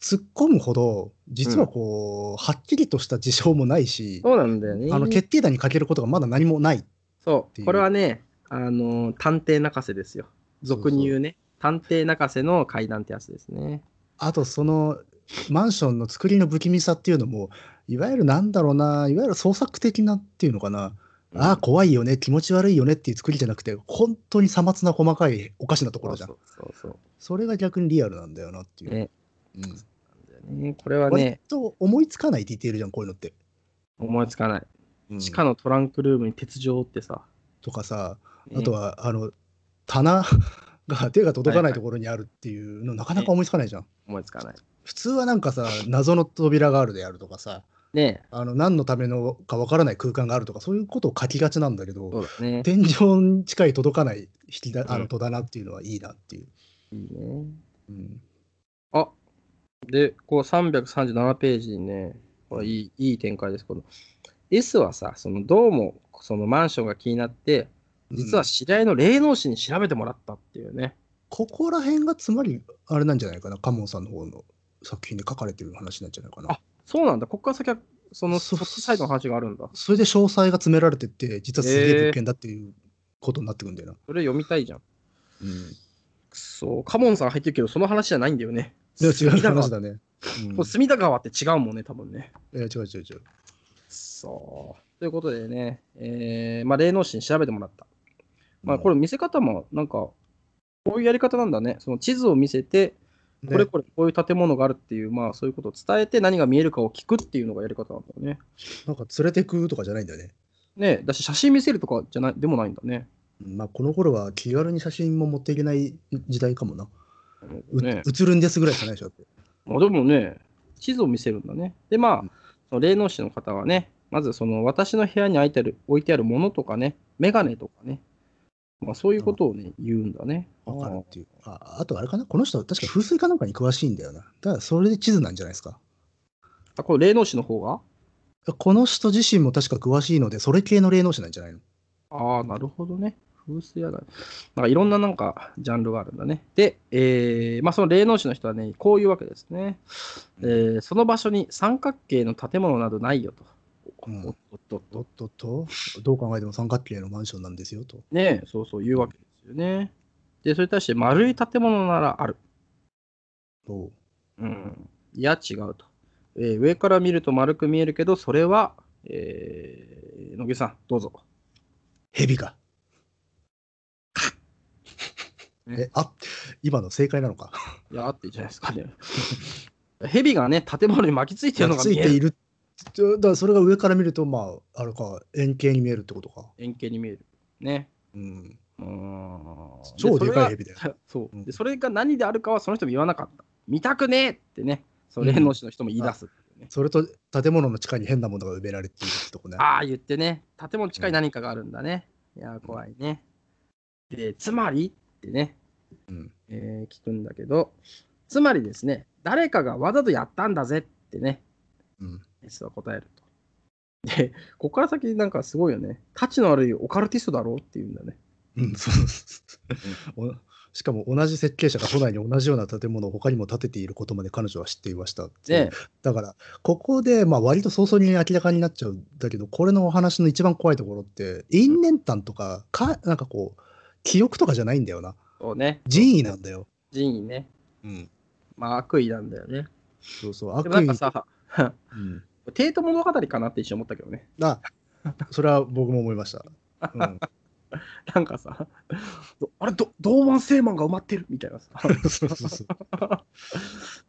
突っ込むほど、実はこう、はっきりとした事象もないし、そうなんだよね。あの決定打にかけることがまだ何もない。そ、ていううこれはね、あのー探偵泣かせですよ。俗に言うね。探偵泣かせの階段ってやつですね。あと、そのマンションの作りの不気味さっていうのも、いわゆるなんだろうな、いわゆる創作的なっていうのかな、ああ、怖いよね、気持ち悪いよねっていう作りじゃなくて、本当にさまつな細かいおかしなところじゃん。そそうそうそうれが逆にリアルなんだよなっていう。ねうんそうなんだよね。これは割ね、と思いつかないディテールじゃん、こういうのって。思いつかない。地下うんのトランクルームに鉄条ってさ。とかさ、ねあとは、あの、棚が 手が届かないところにあるっていうの、なかなか思いつかないじゃん。思いつかない。普通はなんかさ、謎の扉があるであるとかさ、ねあの何のためのかわからない空間があるとか、そういうことを書きがちなんだけそど、うだね。天井に近い届かない引きだあうんの戸棚っていうのはいいなっていう。いいね。うんあで、こう337ページにね、これいいいい展開です。この S はさ、そのどうもそのマンションが気になって、実うはん知り合いの霊能師に調べてもらったっていうね。ここら辺がつまり、あれなんじゃないかな、カモンさんの方の作品で書かれてる話なんじゃないかなあ。そうなんだ、ここから先はそのそそっちサイドの話があるんだ。それで詳細が詰められてって、実はすげえへえ物件だっていうことになってくんだよな。それ読みたいじゃん。うんくそカモンさん入ってるけど、その話じゃないんだよね。でも違う隅田川話だね。うんこれ隅田川って違うもんね、多分ね。いや違う違う違う。そう。ということでね、えーまあ、霊能師に調べてもらった。まあ、これ見せ方もなんか、こういうやり方なんだね。その地図を見せて、れこれこれこういう建物があるっていう、まあそういうことを伝えて何が見えるかを聞くっていうのがやり方なんだよね。なんか連れてくとかじゃないんだよね。ねえだし写真見せるとかじゃない、でもないんだね。まあ、この頃は気軽に写真も持っていけない時代かもな。うね写るんですぐらいしかないでしょだって。まあ、でもね、地図を見せるんだね。で、まあ、その霊能師の方はね、まずその私の部屋に置いてある置いてあるものとかね、メガネとかね、まあ、そういうことをね、言うんだね。わかるっていう。ああとあれかなこの人は確か風水かなんかに詳しいんだよな。だからそれで地図なんじゃないですか。あ、これ霊能師の方がこの人自身も確か詳しいので、それ系の霊能者なんじゃないのああ、なるほどね。風水やだ。なんかいろんななんかジャンルがあるんだね。で、えーまあ、その霊能師の人はね、こういうわけですね、えーその場所に三角形の建物などないよと。うんおっとっとっとおっとっと、どう考えても三角形のマンションなんですよと。ねえ、そうそう言うわけですよね。で、それに対して丸い建物ならある。おううん。いや、違うと。えー上から見ると丸く見えるけど、それは、えー、野木さん、どうぞ。蛇か。ねえ、あ今の正解なのか。いや、あっていいじゃないです かね。蛇がね、建物に巻きついてるのがつい見えている。る。ちょだからそれが上から見ると、まあ、あれか、円形に見えるってことか。円形に見える。ね。うん。うーん超でかい蛇でだよそ。れが そうう。んで、それが何であるかはその人も言わなかった。見たくねえってね、その霊能師の人も言い出すっていうね。それと建物の地下に変なものが埋められているってとこね。ああ、言ってね、建物近い何かがあるんだね。いやー、怖いね。で、つまりってね、うんえー聞くんだけど、つまりですね、誰かがわざとやったんだぜってね、うん。 S は答えると。で、ここから先なんかすごいよね。タチの悪いオカルティストだろうって言うんだね。うん、そうそうそうおしかも同じ設計者が都内に同じような建物を他にも建てていることまで彼女は知っていましたっていうねだからここでまあ割と早々に明らかになっちゃうんだけどこれのお話の一番怖いところって因縁談とかかなんかこう記憶とかじゃないんだよなそうね、人為なんだよ、人員ね。うん、まあ悪意なんだよね。そうそうでもな悪ん意かさ、うん、帝都物語かなって一瞬思ったけどね。 あそれは僕も思いました、うん、なんかさ、どあれ、ど同腕正マンが埋まってるみたいなさ。 そうそうそう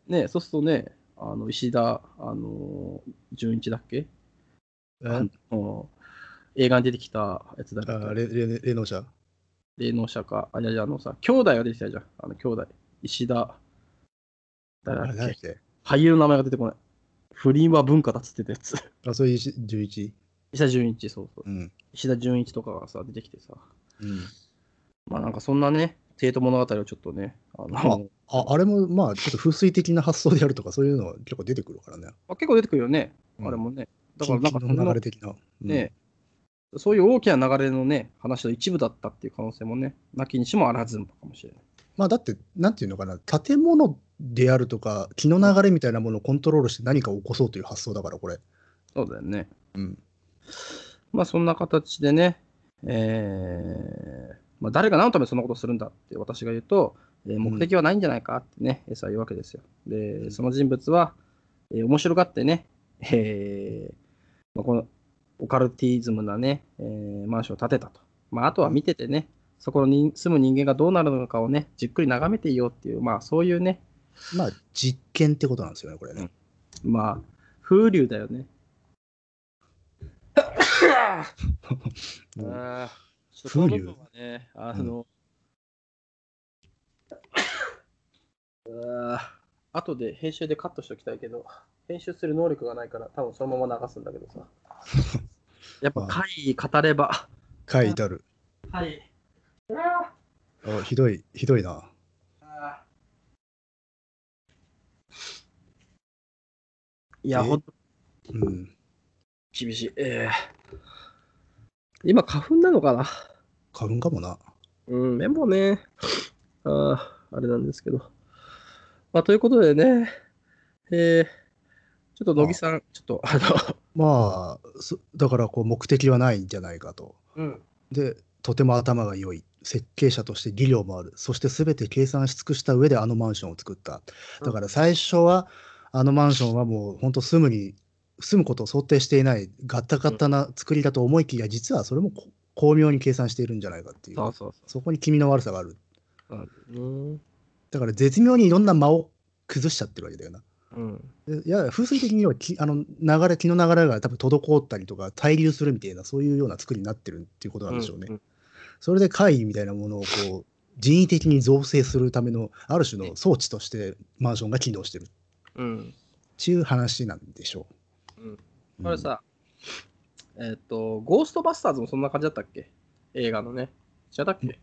ねそうするとね、あの石田、あの純一だっけ、えあの映画に出てきたやつだっあけれれ霊能者霊能者か、あ、いやいや、あのさ、兄弟が出てきたじゃん。あの兄弟、石田、あ誰れ何だっだっけけ俳優の名前が出てこない。不倫は文化だっつってたやつ。 あそういう11石田純一、そうそう。うん、石田純一とかがさ、出てきてさ、うんまあなんかそんなね、帝都物語をちょっとね、あのああれもまあちょっと風水的な発想であるとかそういうのは結構出てくるからね。まあ、結構出てくるよね、うんあれもね。だからなんか近々の流れ的な。うんね、そういう大きな流れのね、話の一部だったっていう可能性もね、なきにしもあらずかもしれない。まあだってなんていうのかな建物であるとか気の流れみたいなものをコントロールして何かを起こそうという発想だからこれ。そうだよね。うんまあそんな形でね、えーまあ、誰が何のためにそんなことをするんだって私が言うと、えー目的はないんじゃないかってね、S は言うわけですよ。で、んその人物は、えー面白がってね、えーまあ、このオカルティズムなね、えーマンションを建てたと。まあ、あとは見ててね、そこに住む人間がどうなるのかをね、じっくり眺めていようっていう、まあそういうね、まあ実験ってことなんですよねこれね。まあ、風流だよね。もうあーちょっと風流この部分はね、あの、ああとで編集でカットしておきたいけど、編集する能力がないから、多分そのまま流すんだけどさ。やっぱ、会議語れば。書いてある。はい。あひどいひどいな。いや、えほんとうん。厳しい。えー今、花粉なのかな花粉かもな。うん、メモね。ああ、あれなんですけど。まあ、ということでね、えー、ちょっと乃木さん、ちょっと、あの、まあそだからこう目的はないんじゃないかと。うん、でとても頭が良い設計者として技量もあるそして全て計算し尽くした上であのマンションを作っただから最初はあのマンションはもう本当住むに住むことを想定していないガッタガタな作りだと思いきや実はそれもこ巧妙に計算しているんじゃないかっていうそうそうそこに気味の悪さがあるそう。うん。だから絶妙にいろんな間を崩しちゃってるわけだよなうん。でいや風水的にはきあの流れ気の流れが多分滞ったりとか滞留するみたいなそういうような作りになってるっていうことなんでしょうね、んそれで怪異みたいなものをこう人為的に造成するためのある種の装置としてマンションが機能してるっうん。ていう話なんでしょう。うんうんこれ、さ、えっ、と、ゴーストバスターズもそんな感じだったっけ映画のね。違ったっけ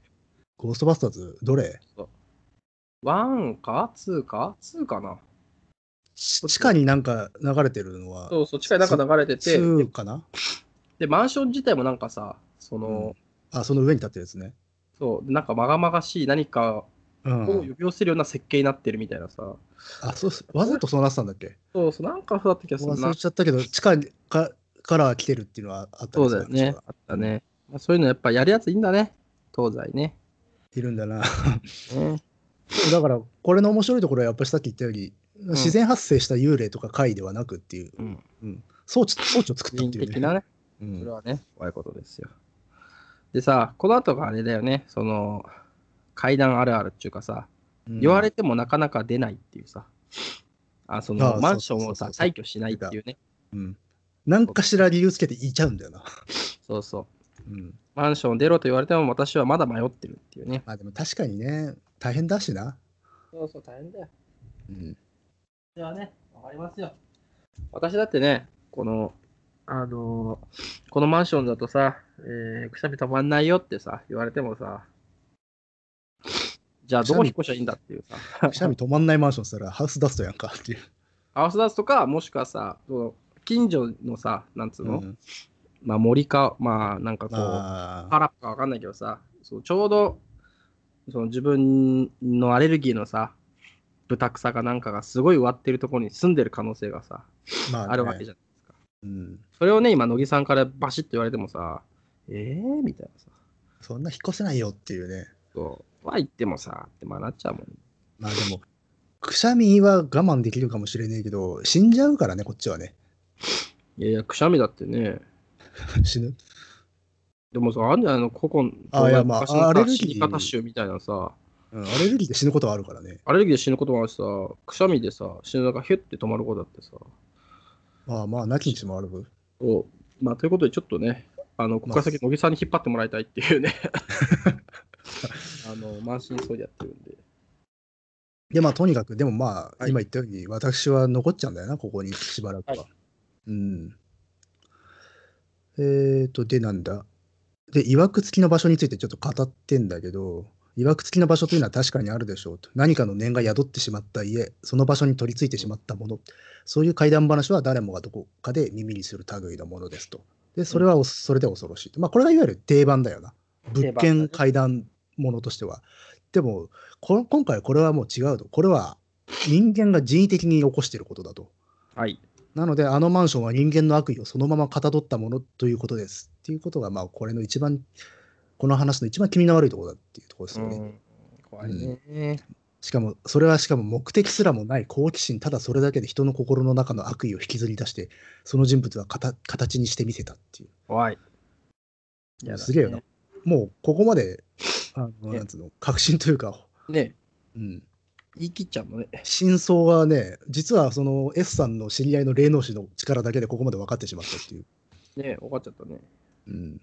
ゴーストバスターズ、どれワンかツーかツーかなち地下になんか流れてるのは、そうそう、近い中流れてて、 2かなで、マンション自体もなんかさ、その、あ、その上に立ってるやつね。そう、なんかまがまがしい何かうをん、呼び寄せるような設計になってるみたいなさ。あそうすわざとそうなってたんだっけそうそう、なんかそうだった気がする忘なれ。ちゃったけど、地下にかから来てるっていうのはあったそんうだよね。あったね。まあ、そういうのやっぱやるやついいんだね。東西ね。いるんだな。ねそうだから、これの面白いところはやっぱりさっき言ったより、自然発生した幽霊とか怪ではなくっていう、うん。装置装置を作った人っていう、的なね。うそれん。はね、怖いことですよ。でさ、この後があれだよね、その、階段あるあるっていうかさ、言われてもなかなか出ないっていうさ、あそあのあマンションをさ、そうそうそうそう退去しないっていうね、うん。なんかしら理由つけて言いちゃうんだよな。そうそう、うん。マンションを出ろと言われても私はまだ迷ってるっていうね。まあでも確かにね、大変だしな。そうそう、大変だよ。うん。ではね、わかりますよ。私だってね、この、あのーこのマンションだとさ、えーくしゃみたまんないよってさ、言われてもさ、じゃあどこ引っ越しゃいいんだっていうさ。くしゃみ止まんないマンションしたら ハウスダストやんかっていう。ハウスダストか、もしくはさ、その近所のさ、なんつうの、うんまあ森か、まあなんかこう、まあ、パラッかわかんないけどさ、そうちょうどその自分のアレルギーのさ、豚草かなんかがすごい植わってるところに住んでる可能性がさ、まあねあるわけじゃん。うん。それをね、今、乃木さんからバシッと言われてもさ、えーみたいなさ、そんな引っ越せないよっていうね。そう、は言ってもさ、ってまあなっちゃうもん。まあでも、くしゃみは我慢できるかもしれないけど、死んじゃうからね、こっちはね。 いやいや、くしゃみだってね、死ぬ。でもさ、あんじゃないの、古今、あいやまあ昔のさアレルギー死に方集みたいなさ、うん、アレルギーで死ぬことはあるからね。アレルギーで死ぬこともあるしさ、くしゃみでさ、死ぬ中ヒュッて止まることだってさ。まあまあ、なきにしもある分。おまあ、ということで、ちょっとね、あのここから先、ま乃木さんに引っ張ってもらいたいっていうね。 あの満身創痍やってるんで。で、まあ、とにかく、でもまあ、はい今言ったように、私は残っちゃうんだよな、ここにしばらくは。はうん。えーと、で、なんだ。で、曰く付きの場所についてちょっと語ってんだけど、曰く付きの場所というのは確かにあるでしょうと。何かの念が宿ってしまった家、その場所に取り付いてしまったもの。そういう怪談話は誰もがどこかで耳にする類のものですと。で、それはおそれで恐ろしいと。まあ、これがいわゆる定番だよな。定物番だね件怪談ものとしては。でもこ、今回これはもう違うと。これは人間が人為的に起こしていることだと。はい。なので、あのマンションは人間の悪意をそのままかたどったものということです。っていうことが、まあ、これの一番、この話の一番気味の悪いところだっていうところですうよね。ん、怖いね。しかも、それはしかも目的すらもない好奇心、ただそれだけで人の心の中の悪意を引きずり出して、その人物はかた形にしてみせたっていう。怖い。やだねすげえよな。もう、ここまで、あの、ねなんつうの、確信というか、ねうん、言い切っちゃうのね。真相はね、実はその S さんの知り合いの霊能師の力だけでここまで分かってしまったっていう。ね分かっちゃったね。うん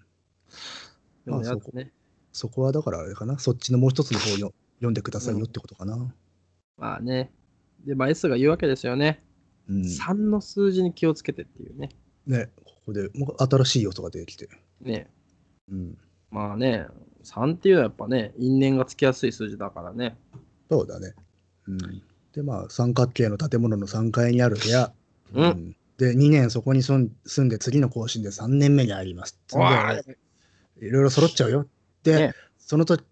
でもまあやだそこね。そこはだからあれかな、そっちのもう一つの方をよ読んでくださいよってことかな。まあね。で、まあ、S が言うわけですよね。うん、 3の数字に気をつけてっていうね。ね、ここでもう新しい要素が出てきて。ねうん、まあね、3っていうのはやっぱね、因縁がつきやすい数字だからね。そうだね。うん、で、まあ、三角形の建物の3階にある部屋。うんで、2年そこに住ん住んで、次の更新で3年目にあります。うわーいろいろ揃っちゃうよ。で、ねその時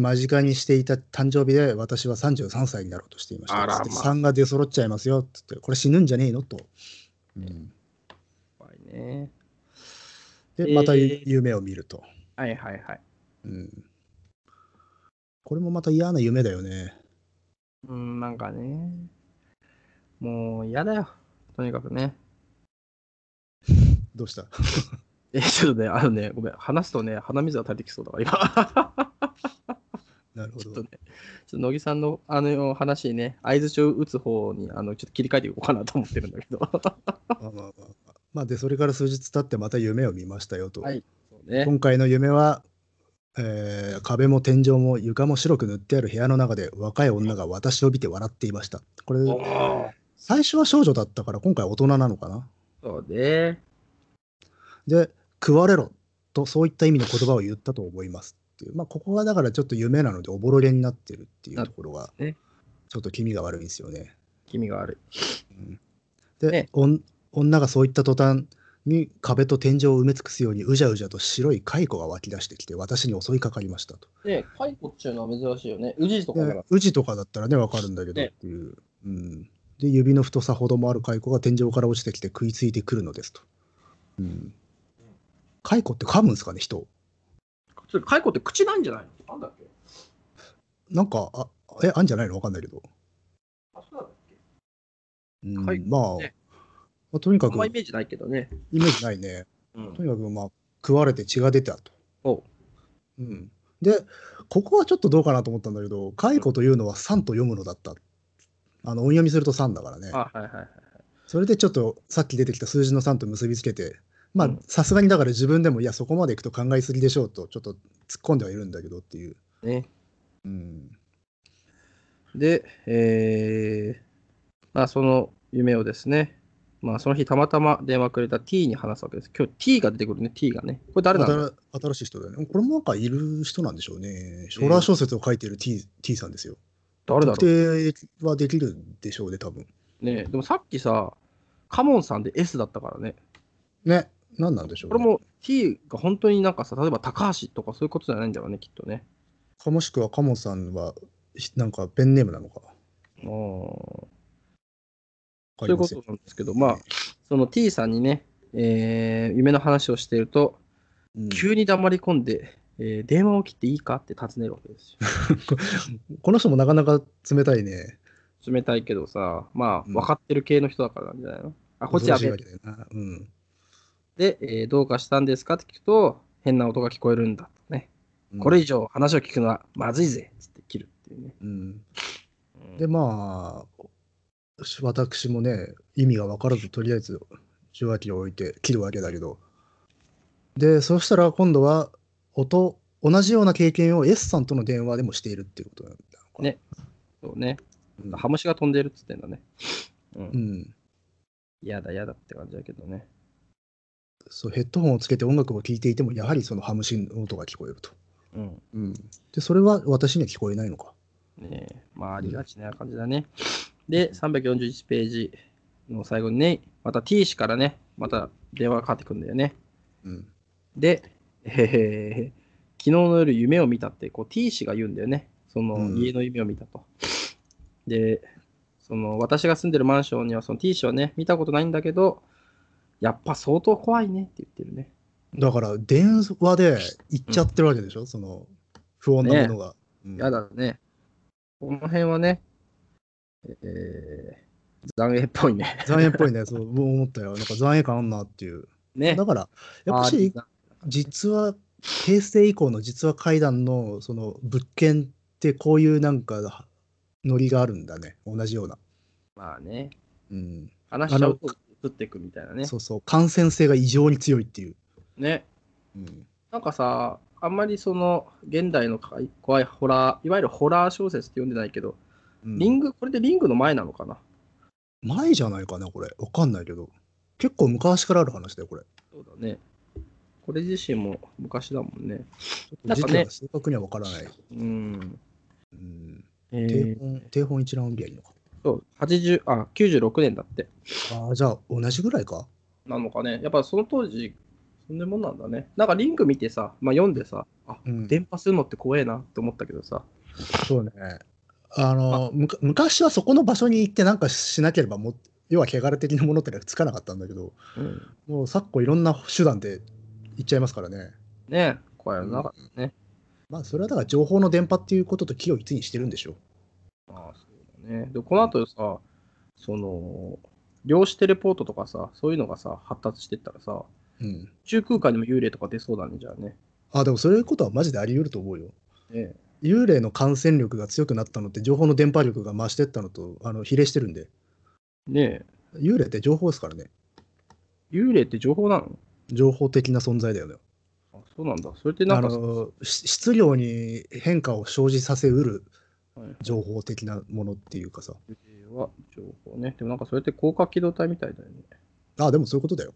間近にしていた誕生日で私は33歳になろうとしていました。あらまあ3が出揃っちゃいますよつってこれ死ぬんじゃねえのと。うん怖いね。で、またゆ、えー夢を見ると。はいはいはい。うんこれもまた嫌な夢だよね。うん、なんかね。もう嫌だよ。とにかくね。 どうした え、ちょっとね、あのね、ごめん。話すとね、鼻水が垂れてきそうだわ、今。なるほちょっどと。ね、ちょっと乃木さんのあの話にね、相槌を打つ方にあのちょっと切り替えていこうかなと思ってるんだ けど。まあまあまあまあまあで、それから数日経ってまた夢を見ましたよと。はいそうね。今回の夢は、えー壁も天井も床も白く塗ってある部屋の中で若い女が私を見て笑っていました。これ、お最初は少女だったから今回大人なのかなそうね。で、食われろとそういった意味の言葉を言ったと思いますっていう。まあ、ここがだからちょっと夢なのでおぼろげになってるっていうところが、ねちょっと気味が悪いんですよね。気味が悪い。で、ねおん女がそういった途端に壁と天井を埋め尽くすようにうじゃうじゃと白い蚕が湧き出してきて私に襲いかかりましたと。で、カイコっていうのは珍しいよね。宇治とかだからで。宇治とかだったらね分かるんだけどねっていう。うん、で指の太さほどもある蚕が天井から落ちてきて食いついてくるのですと。うん、蚕って噛むんですかね人。それカイコって口ないんじゃないのなんだっけなんかあえあんじゃないの分かんないけど。あ、そうなんだっけうん蚕まあ、ねまあとにかあんくまイメージないけどね。イメージないね。うんとにかくまあ食われて血が出たと。おうん、でここはちょっとどうかなと思ったんだけど「蚕」というのは「三」と読むのだったあの音読みすると「三」だからねあ、はいはいはい。それでちょっとさっき出てきた数字の「三」と結びつけてまあうんさすがにだから自分でもいやそこまでいくと考えすぎでしょうとちょっと突っ込んではいるんだけどっていう、ね、うん、で、えーまあ、その夢をですね、まあ、その日たまたま電話くれた T に話すわけです。今日 T が出てくるね、T がね。これ誰なんだ新新しい人だよねこれもなんかいる人なんでしょうねホラー小説を書いてる T,、T さんですよ誰だ特ろう、定はできるでしょうね多分ね、でもさっきさ、カモンさんで S だったからね。ね何なんでしょう、これも T が本当になんかさ、例えば高橋とかそういうことじゃないんだろうね、きっとね。かもしくはカモさんはなんかペンネームなのかうんそわかういりうまこせんとなんですけど、まあ、その T さんにね、えー夢の話をしていると、うん急に黙り込んで、えー電話を切っていいかって尋ねるわけですよ。この人もなかなか冷たいね。冷たいけどさ、まあ、うん分かってる系の人だからなんじゃないの、あ、こっちや恐べろっしいわけだよな。うん。て、えーどうかしたんですかって聞くと、変な音が聞こえるんだとね。うんこれ以上話を聞くのはまずいぜつって切るっていうね。うん。でで、まあ、し私もね、意味が分からず、とりあえず受話器を置いて切るわけだけど。で、そうしたら今度は、音、同じような経験を S さんとの電話でもしているっていうことなんだろうかなねそうね。うんハムシが飛んでるっつってんだね。う。うんん。嫌だ嫌だって感じだけどね。そう、ヘッドホンをつけて音楽を聴いていても、やはりそのハムシの音が聞こえると。うん。うん。で、それは私には聞こえないのか。ねえまあ、ありがちな感じだね。で、341ページの最後にね、また T 氏からね、また電話がかかってくんだよね。うん。で、えー昨日の夜夢を見たってこう T 氏が言うんだよね。そのうん家の夢を見たと。で、その私が住んでるマンションにはその T 氏はね、見たことないんだけど、やっぱ相当怖いねって言ってるね。だから電話で行っちゃってるわけでしょ、その不穏なものが。うんやだね。この辺はね、えー、懺悔っぽいね。残影っぽいね、そうもう思ったよ。なんか残影感あんなっていう。ね。だから、やっぱし あ実は、平成以降の実話怪談のその物件ってこういうなんかノリがあるんだね、同じような。まあね、うん、話しちゃうと映ってくみたいなね。そうそう、感染性が異常に強いっていう。ね。うんなんかさ、あんまりその現代のかい怖いホラー、いわゆるホラー小説って読んでないけど、うんリング、これでリングの前なのかな前じゃないかな、これ。わかんないけど。結構昔からある話だよ、これ。そうだね。これ自身も昔だもんね。なん時か期ねは、正確にはわからない。うん。うんえ定ー、本定本一覧を見りゃいいのか。そう、80、あ、96年だって。ああ、じゃあ同じぐらいか。なのかね。やっぱその当時、そんなもんなんだね。なんかリング見てさ、まあ読んでさ、あ、うん電波するのって怖えなって思ったけどさ。そうね。あのむか昔はそこの場所に行ってなんかしなければもう要は汚れ的なものってのはつかなかったんだけどうん、もう昨今いろんな手段で行っちゃいますからねね怖いのなかったね。まあそれはだから情報の伝播っていうことと気を一にしてるんでしょああ、そうだね。で、この後さ、その、量子テレポートとかさ、そういうのがさ、発達してったらさ、う、うん、宇宙空間にも幽霊とか出そうだね、じゃあね。あでもそういうことはマジであり得ると思うよね幽霊の感染力が強くなったのって情報の伝播力が増してったのとあの比例してるんでね幽霊って情報ですからねえ、幽霊って情報なの情報的な存在だよねあそうなんだ。それってなあんか、のし質量に変化を生じさせうるはい情報的なものっていうかさは情報ね。でもなんかそれって広角機動隊みたいだよね。あでもそういうことだよ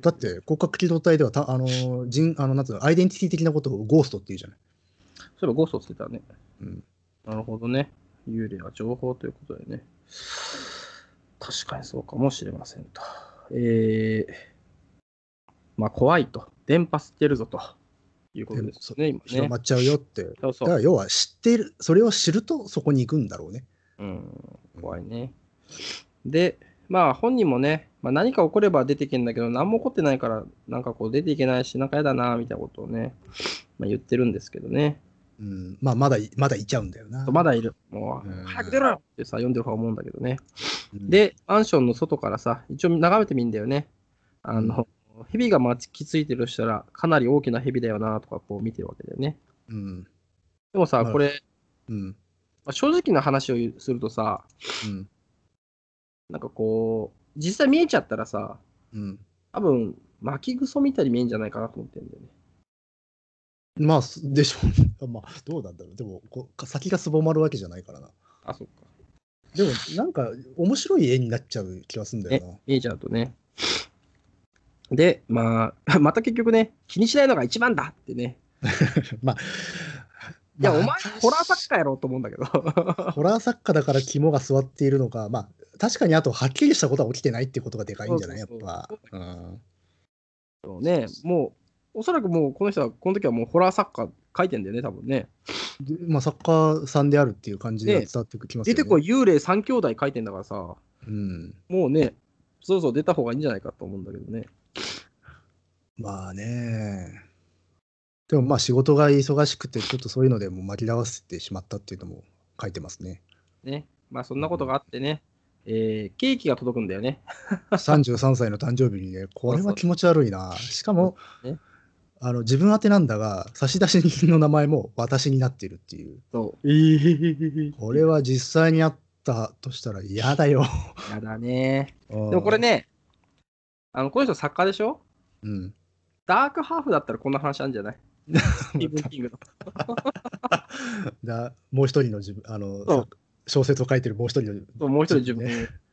だって広角機動隊ではたあの人あのなんつうのアイデンティティ的なことをゴーストっていうじゃないそういえばゴーストつってたね。うんなるほどね。幽霊は情報ということでね。確かにそうかもしれませんと。えー、まあ怖いと。電波吸ってるぞということですね、今広ねま。っちゃうよって、そうだそかう。ら要は知っているそれを知るとそこに行くんだろうねうん、怖いね。で、まあ本人もね、まあ、何か起これば出ていけんだけど、何も起こってないから、なんかこう出ていけないし、なんか嫌だな、みたいなことをね、まあ、言ってるんですけどね。うんまあまだいまだいちゃうんだよなまだいる。もう、うん早く出ろよってさ、読んでる方は思うんだけどね。うんで、マンションの外からさ、一応眺めてみんだよね。あの、蛇が待ちついてるとしたら、かなり大きな蛇だよなとか、こう見てるわけだよね。うんでもさ、はいこれ、うんまあ正直な話を言うするとさ、うんなんかこう、実際見えちゃったらさ、うん多分、巻きぐそみたいに見えんじゃないかなと思ってんだよね。まあすでしょ うまあどうなんだろうでもこう先がすぼまるわけじゃないからなあ、そっか。でもなんか面白い絵になっちゃう気がするんだよ見えちゃうとね。で、まあ、 また結局ね、気にしないのが一番だってね。な。 まあ、いや、まあお前、ホラー作家やろうと思うんだけど。ホラー作家だから肝が据わっているのか、まあ確かにあとはっきりしたことは起きてないってことがでかいんじゃないやっそうそうぱそうう。んそうね、もう、おそらくもう、この人は、この時はもうホラー作家書いてんだよね、多分ね。でまあ作家さんであるっていう感じでね伝わってきます出よね。てこい、幽霊三兄弟書いてんだからさ、もうん。うね、そろそろ出た方がいいんじゃないかと思うんだけどね。まあね。でもまあ仕事が忙しくて、ちょっとそういうのでもう紛らわせてしまったっていうのも書いてますね。ね、まあ、そんなことがあってね、えーケーキが届くんだよね。 33歳の誕生日にね、これは気持ち悪いな。しかもね、あの自分宛てなんだが、差出人の名前も私になっているっていう。そう。これは実際にあったとしたら嫌だよ。やだね。ででもこれ、ね、あの、この人作家でしょうん、ダークハーフだったらこんな話あるんじゃない スティーブン・キングの。だもう一人の自分あのそうさ小説を書いてるもう一人のそうもう一人自分。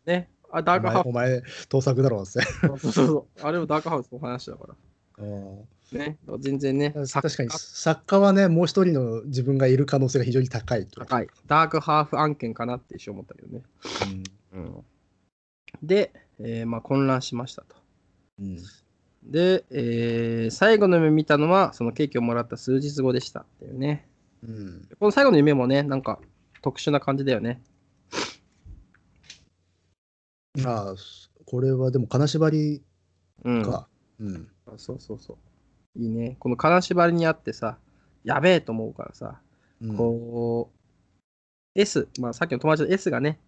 ねあ、おダーク前ハお前盗作だろうって。ーフ。そうそうそう。 あれもダークハーフの話だから。うんね、全然ね、確かに作家はねもう一人の自分がいる可能性が非常に高いと。高い。ダークハーフ案件かなって一瞬思ったけどね。うんで、えーまあ、混乱しましたと。うんで、えー最後の夢見たのは、そのケーキをもらった数日後でしたっていうね。うんこの最後の夢もね、なんか特殊な感じだよね。ああこれはでも金縛りうん。か。うんあそうそうそう。いいね。この金縛りにあってさ、やべえと思うからさ、うんこう、S、まあさっきの友達の S がね、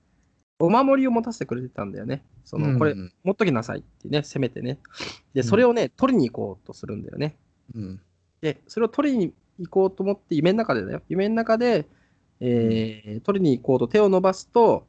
お守りを持たせてくれてたんだよね。その、これう、ん持っときなさいってね、せめてね。うで、んそれをね、取りに行こうとするんだよね。うんで、それを取りに行こうと思って、夢の中でだよ。夢の中で、えー取りに行こうと手を伸ばすと、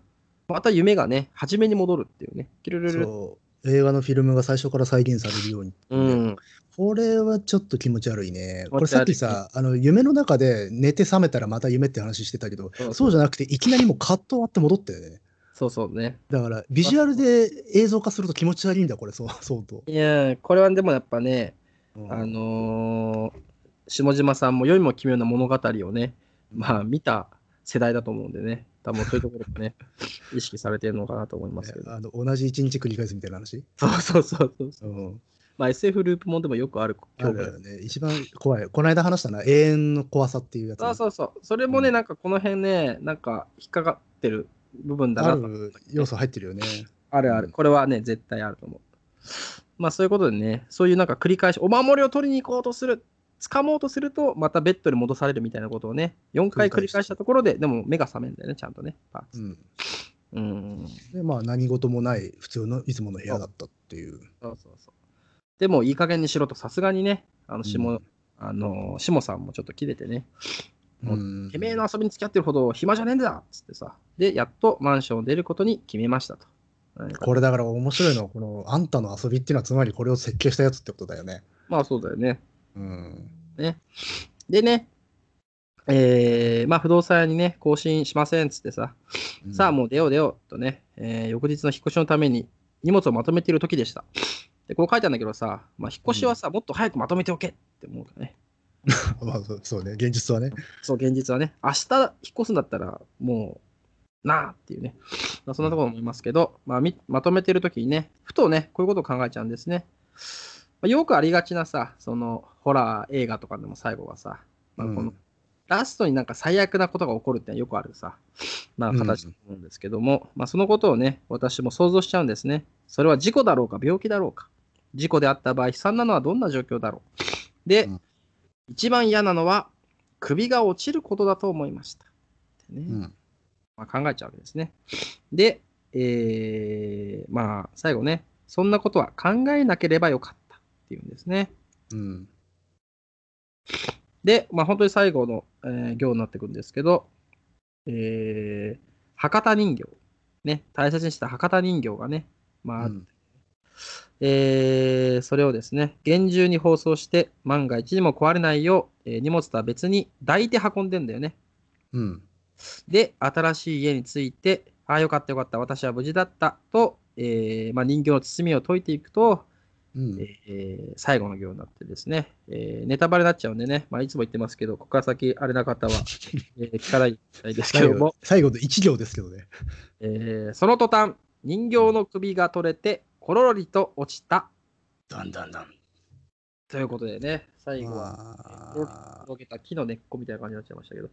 また夢がね、初めに戻るっていうね。キュルルル。そう映画のフィルムが最初から再現されるようにってうね、ん。これはちょっと気持ち悪いね。こ持れち悪いさっきさ、あの夢の中で寝て覚めたらまた夢って話してたけど、そうそうそうじゃなくて、いきなりもうカット終わって戻ったよね。そうそうね。だから、ビジュアルで映像化すると気持ち悪いんだ、これ、そう相当。いやーこれはでもやっぱね、うんあのー下島さんも良いも奇妙な物語をね、まあ見た世代だと思うんでね、多分そういうところもね、意識されてるのかなと思いますけど。あの同じ一日繰り返すみたいな話。そうそうそうそう。うん、まあ SF ループもんでもよくあるあ恐る怖よね。一番怖い。この間話したな、永遠の怖さっていうやつ。そうそうそう。それもね、うんなんかこの辺ね、なんか引っかかってる部分だなあと。る要素入ってるよね。あるあうる。んこれはね、絶対あると思う。まあそういうことでね、そういうなんか繰り返し、お守りを取りに行こうとする、掴もうとすると、またベッドに戻されるみたいなことをね、4回繰り返したところで、でも目が覚めるんだよね、ちゃんとね。パーうツん、うん。で、まあ、何事もない、普通のいつもの部屋だったっていう。そうそうそう。でも、いい加減にしろと、さすがにね、あの、下、うんあの、下さんもちょっと切れてね、もううんてめえの遊びに付き合ってるほど暇じゃねえんだっつってさ。で、やっとマンションを出ることに決めましたと。これだから面白いのは、このあんたの遊びっていうのは、つまりこれを設計したやつってことだよね。まあそうだよね。うん。ね。でね、えーまあ不動産屋にね、更新しませんっつってさ、さあもう出よう出ようとね、えー翌日の引っ越しのために荷物をまとめている時でした。で、こう書いてあるんだけどさ、まあ、引っ越しはさ、もっと早くまとめておけって思うからね。うん。まあ、そうそうね、現実はね。そう、現実はね、明日引っ越すんだったら、もう、なあっていうね、まあそんなところ思いますけど、まあ、みまとめてる時にね、ふとね、こういうことを考えちゃうんですね。まあよくありがちなさ、その、ホラー映画とかでも最後はさ、まあ、こうのんラストになんか最悪なことが起こるってのはよくあるさ、まあ形だと思うんですけども、まあそのことをね、私も想像しちゃうんですね。それは事故だろうか、病気だろうか。事故であった場合、悲惨なのはどんな状況だろう。で、うん一番嫌なのは、首が落ちることだと思いました。ってねうん。まあ、考えちゃうわけですね。で、えー、まあ最後ね、そんなことは考えなければよかったっていうんですね。うん。で、まあ、本当に最後の、えー行になってくるんですけど、えー博多人形、ね、大切にした博多人形がね、まあうんえーそれをですね、厳重に包装して、万が一にも壊れないよう、えー荷物とは別に抱いて運んでんだよね。うん。で、新しい家に着いて、ああ、よかったよかった、私は無事だったと、えーまあ、人形の包みを解いていくと、うん。えー最後の行になってですね、えーネタバレになっちゃうんでね、まあ、いつも言ってますけど、ここから先、あれな 方は、えー聞かないですけ最ど後も、最後の一行ですけどね。えーその途端、人形の首が取れて、コロリと落ちただんだんだん。ということでね、最後は、まあ溶けた木の根っこみたいな感じになっちゃいましたけど、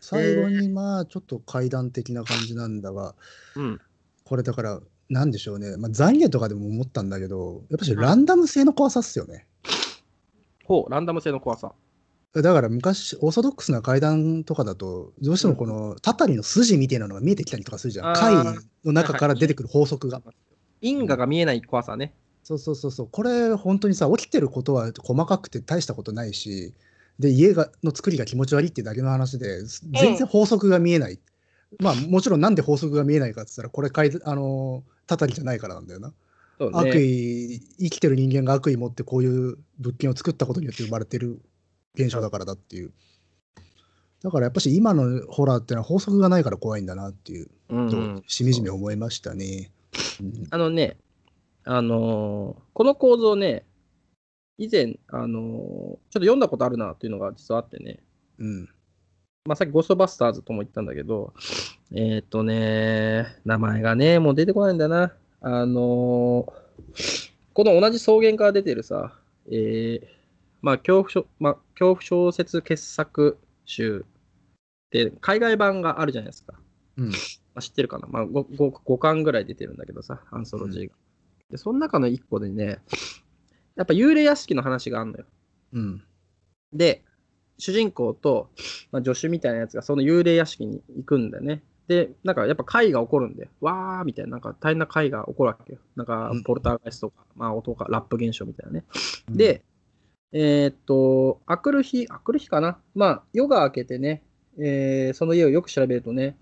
最後に、まあ、ちょっと階段的な感じなんだが、うん、これだから、なんでしょうね、まあ、残業とかでも思ったんだけど、やっぱしランダム性の怖さっすよね。ほう、ランダム性の怖さ。だから昔、オーソドックスな階段とかだと、どうしてもこのたたりの筋みたいなのが見えてきたりとかするじゃあん。階ーの中から出てくる法則が。因果が見えない怖さね。そうそうそうそう、これ、本当にさ、起きてることは細かくて大したことないし、で家がの作りが気持ち悪いってだけの話で、す全然法則が見えない。まあ、もちろん、なんで法則が見えないかって言ったら、これ階段、あのたたりじゃないからなんだよな。そうね悪意、生きてる人間が悪意持ってこういう物件を作ったことによって生まれてる現象だからだっていう。だからやっぱし今のホラーってのは法則がないから怖いんだなっていううんと、うんしみじみ思いましたね。うんあのね、あのーこの構造ね、以前、あのーちょっと読んだことあるなというのが実はあってね、うん。まあ、さっきゴーストバスターズとも言ったんだけど、えーっ、とね、名前がね、もう出てこないんだな。あのーこの同じ草原から出てるさ、えーまあ、恐怖小、まあ、恐怖小説傑作集って、海外版があるじゃないですか。うん。まあ、知ってるかな、まあ5、ごご巻ぐらい出てるんだけどさ、アンソロジーが。で、その中の1個でね、やっぱ幽霊屋敷の話があるのよ。うん。で、主人公と、まあ、助手みたいなやつがその幽霊屋敷に行くんだよね。で、なんかやっぱ会が起こるんだよ。わーみたいな、なんか大変な会が起こるわけよ。なんかうんポルターガイストとか、まあ音か、ラップ現象みたいなね。うん、で、えーっと、あくる日、あくる日かな。まあ、夜が明けてね、えーその家をよく調べるとね、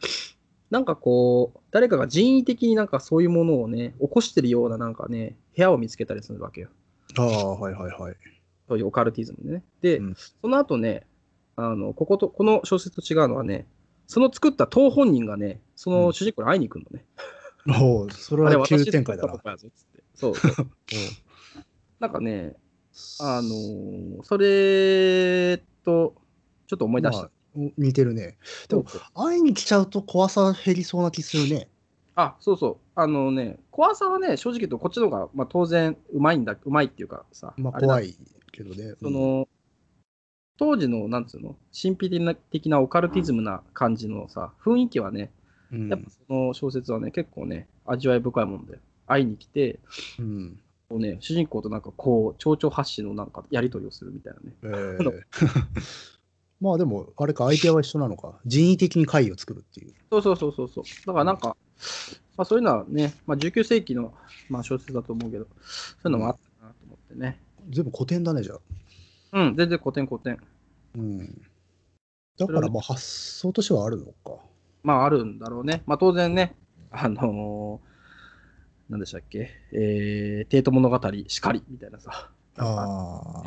なんかこう、誰かが人為的になんかそういうものをね、起こしてるようななんかね、部屋を見つけたりするわけよ。ああ、はいはいはい。そういうオカルティズムでね。で、うんその後ね、あの、ここと、この小説と違うのはね、その作った当本人がね、その主人公に会いに行くのね。おお、それあれは私急展開だな作っ。たことやぞっつってそう そう。なんかね、あのーそれと、ちょっと思い出した。まあ似てるね。でも会いに来ちゃうと怖さ減りそうな気するね。あ、そうそう。あのね、怖さはね、正直言うと、こっちの方が、まあ、当然、うまいんだ、うまいっていうかさ、まあれだ怖いけどね。その、当時の、なんつうの、神秘的な的なオカルティズムな感じのさ、雰囲気はね、うん、やっぱその小説はね、結構ね、味わい深いもんで、会いに来て、うん。こうね、主人公となんかこう、蝶々発信のなんかやり取りをするみたいなね。えー まあでも、あれか、相手は一緒なのか。人為的に会を作るっていう。そうそうそうそうそう。だからなんか、まあ、そういうのはね、まあ、19世紀の、まあ、小説だと思うけど、そういうのもあったなと思ってね。全部古典だね、じゃあ。うん、全然古典古典。うん。だから、まあ発想としてはあるのか。まああるんだろうね。まあ当然ね、あのー、なんでしたっけ、えー、帝都物語しかりみたいなさ。ああ。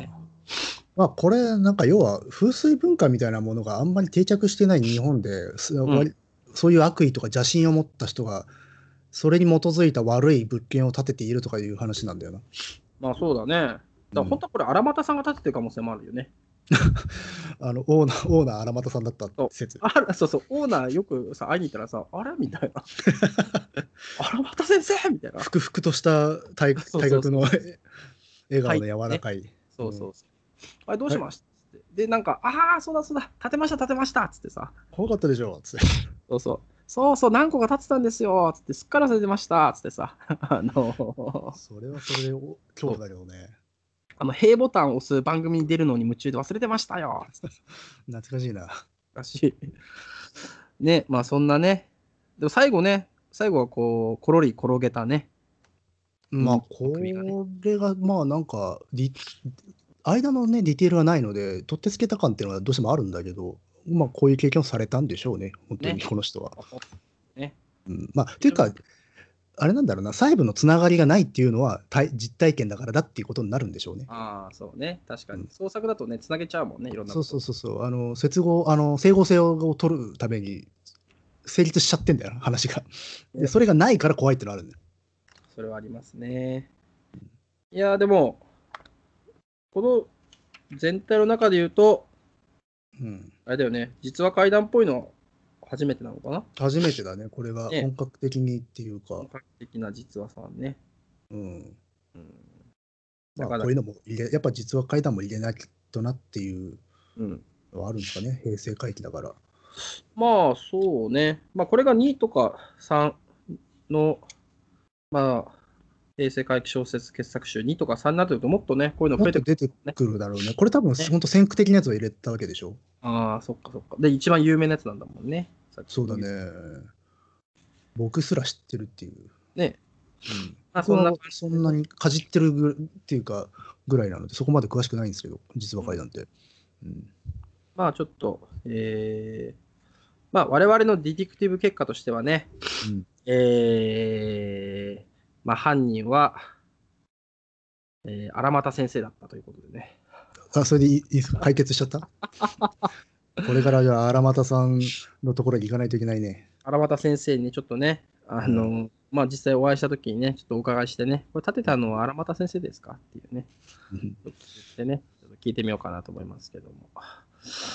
まあ、これ、なんか要は風水文化みたいなものがあんまり定着してない日本で、すん割そういう悪意とか邪心を持った人が、それに基づいた悪い物件を建てているとかいう話なんだよな。まあそうだね。だから本当はこれ、荒俣さんが建ててる可能性もあるよね。あのオーナー、オーナー荒俣さんだったって説。あら、そうそう、オーナーよくさ、会いに行ったらさ、あれみたい な。荒俣先生みたいな。ふくふくとした体そうそうそう体格の笑顔の柔らかい。そうそうそう。あれ、どうしましたって。で、なんか、ああ、そうだそうだ、建てました、建てましたっつってさ、怖かったでしょつって。そうそう。そうそう、何個か建てたんですよつって、すっから忘れてましたつってさ、 あの、それはそれでお恐怖だけどね。あの、平ボタンを押す番組に出るのに夢中で忘れてましたよつって 懐かしいな。らしい。ね、まあそんなね、でも最後ね、最後はこう、ころり転げたね。まあ、こ首がねれが、まあなんか、ディ間のね、ディテールがないので、取ってつけた感っていうのはどうしてもあるんだけど、まあこういう経験をされたんでしょうね、本当にねこの人は。ね。うん、まあ、っていうか、あれなんだろうな、細部のつながりがないっていうのは体実体験だからだっていうことになるんでしょうね。ああ、そうね。確かうにん。創作だとね、つなげちゃうもんね、いろんなそこうとそうそうそう、あの、接合、あの、整合性を取るために、成立しちゃってんだよな、話が。で、それがないから怖いってのあるんだよ。それはありますね。いやー、でも、この全体の中で言うと、うん。あれだよね、実は怪談っぽいのは初めてなのかな初めてだね、これがね本格的にっていうか、本格的な実話さんね。うん。うん。まだあ、からこういうのも入れ、やっぱ実は階段も入れなきゃとなっていううん、のはあるんですかね、平成回帰だから。まあ、そうね。まあ、これが2とか3の、まあ、平成回帰小説傑作集2とか3になってると、もっとね、こういうのも増っえてとくる。出てくるだろうね。これ多分、ね本当先駆的なやつを入れたわけでしょ。ああ、そっかそっか。で、一番有名なやつなんだもんね。さっきそうだね。。僕すら知ってるっていう。ね。うんまあ、そんな僕はそんなにかじってるぐっていうか、ぐらいなので、そこまで詳しくないんですけど、実は階段って。うん。まあちょっと、えー、まあ我々のディティクティブ結果としてはね、うんえー、まあ犯人は、えー、荒俣先生だったということでね。あ、それでいいいいですか解決しちゃった これからじゃあ、荒俣さんのところに行かないといけないね。荒俣先生にねちょっとね、あの、うまあ実際お会いした時にね、ちょっとお伺いしてね、これ立てたのは荒俣先生ですかっていうね、うんちょっと言ってね、ちょっと聞いてみようかなと思いますけども。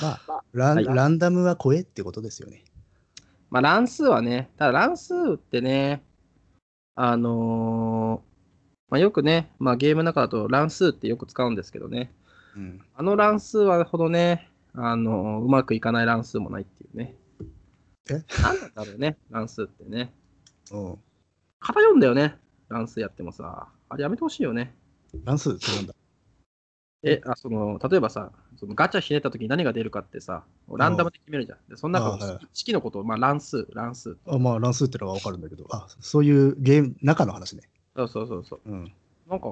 まあ、ラン,、はいランダムは超えってことですよね。まあ、乱数はね、ただ乱数ってね、あのーまあ、よくね、まあ、ゲームの中だと乱数ってよく使うんですけどね、うん。あの乱数はほどね、あのーうまくいかない乱数もないっていうね。えなんなんだろうね、乱数ってね。うん偏んだよね、乱数やってもさ。あれやめてほしいよね。乱数そうなんだ。え、あ、その、例えばさ、そのガチャひねった時に何が出るかってさ、ランダムで決めるじゃん。でその中ああのはい式のことを、まあ、乱数、乱数。あまあ乱数ってのはわかるんだけど、あそういうゲーム、中の話ね。そうそうそうそう。うん。なんか、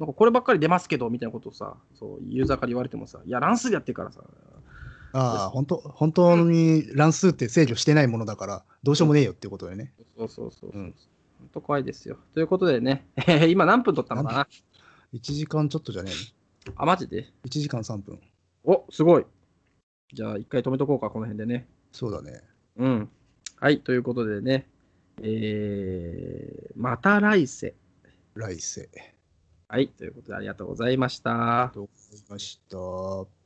なんかこればっかり出ますけどみたいなことをさ、そうユーザーから言われてもさ、いや、乱数でやってるからさ、ああ、本当本当に乱数って制御してないものだから、どうしようもねえよっていうことだよね。そうそうそうそう、うん本当怖いですよ。ということでね、 今何分取ったのかな1時間ちょっとじゃねえあ、マジでの ?1 時間3分。おすごいじゃあ、一回止めとこうか、この辺でね。そうだね。うん。はい、ということでね、えー、また来世。来世。はい、ということでありがとうございました。と思いました。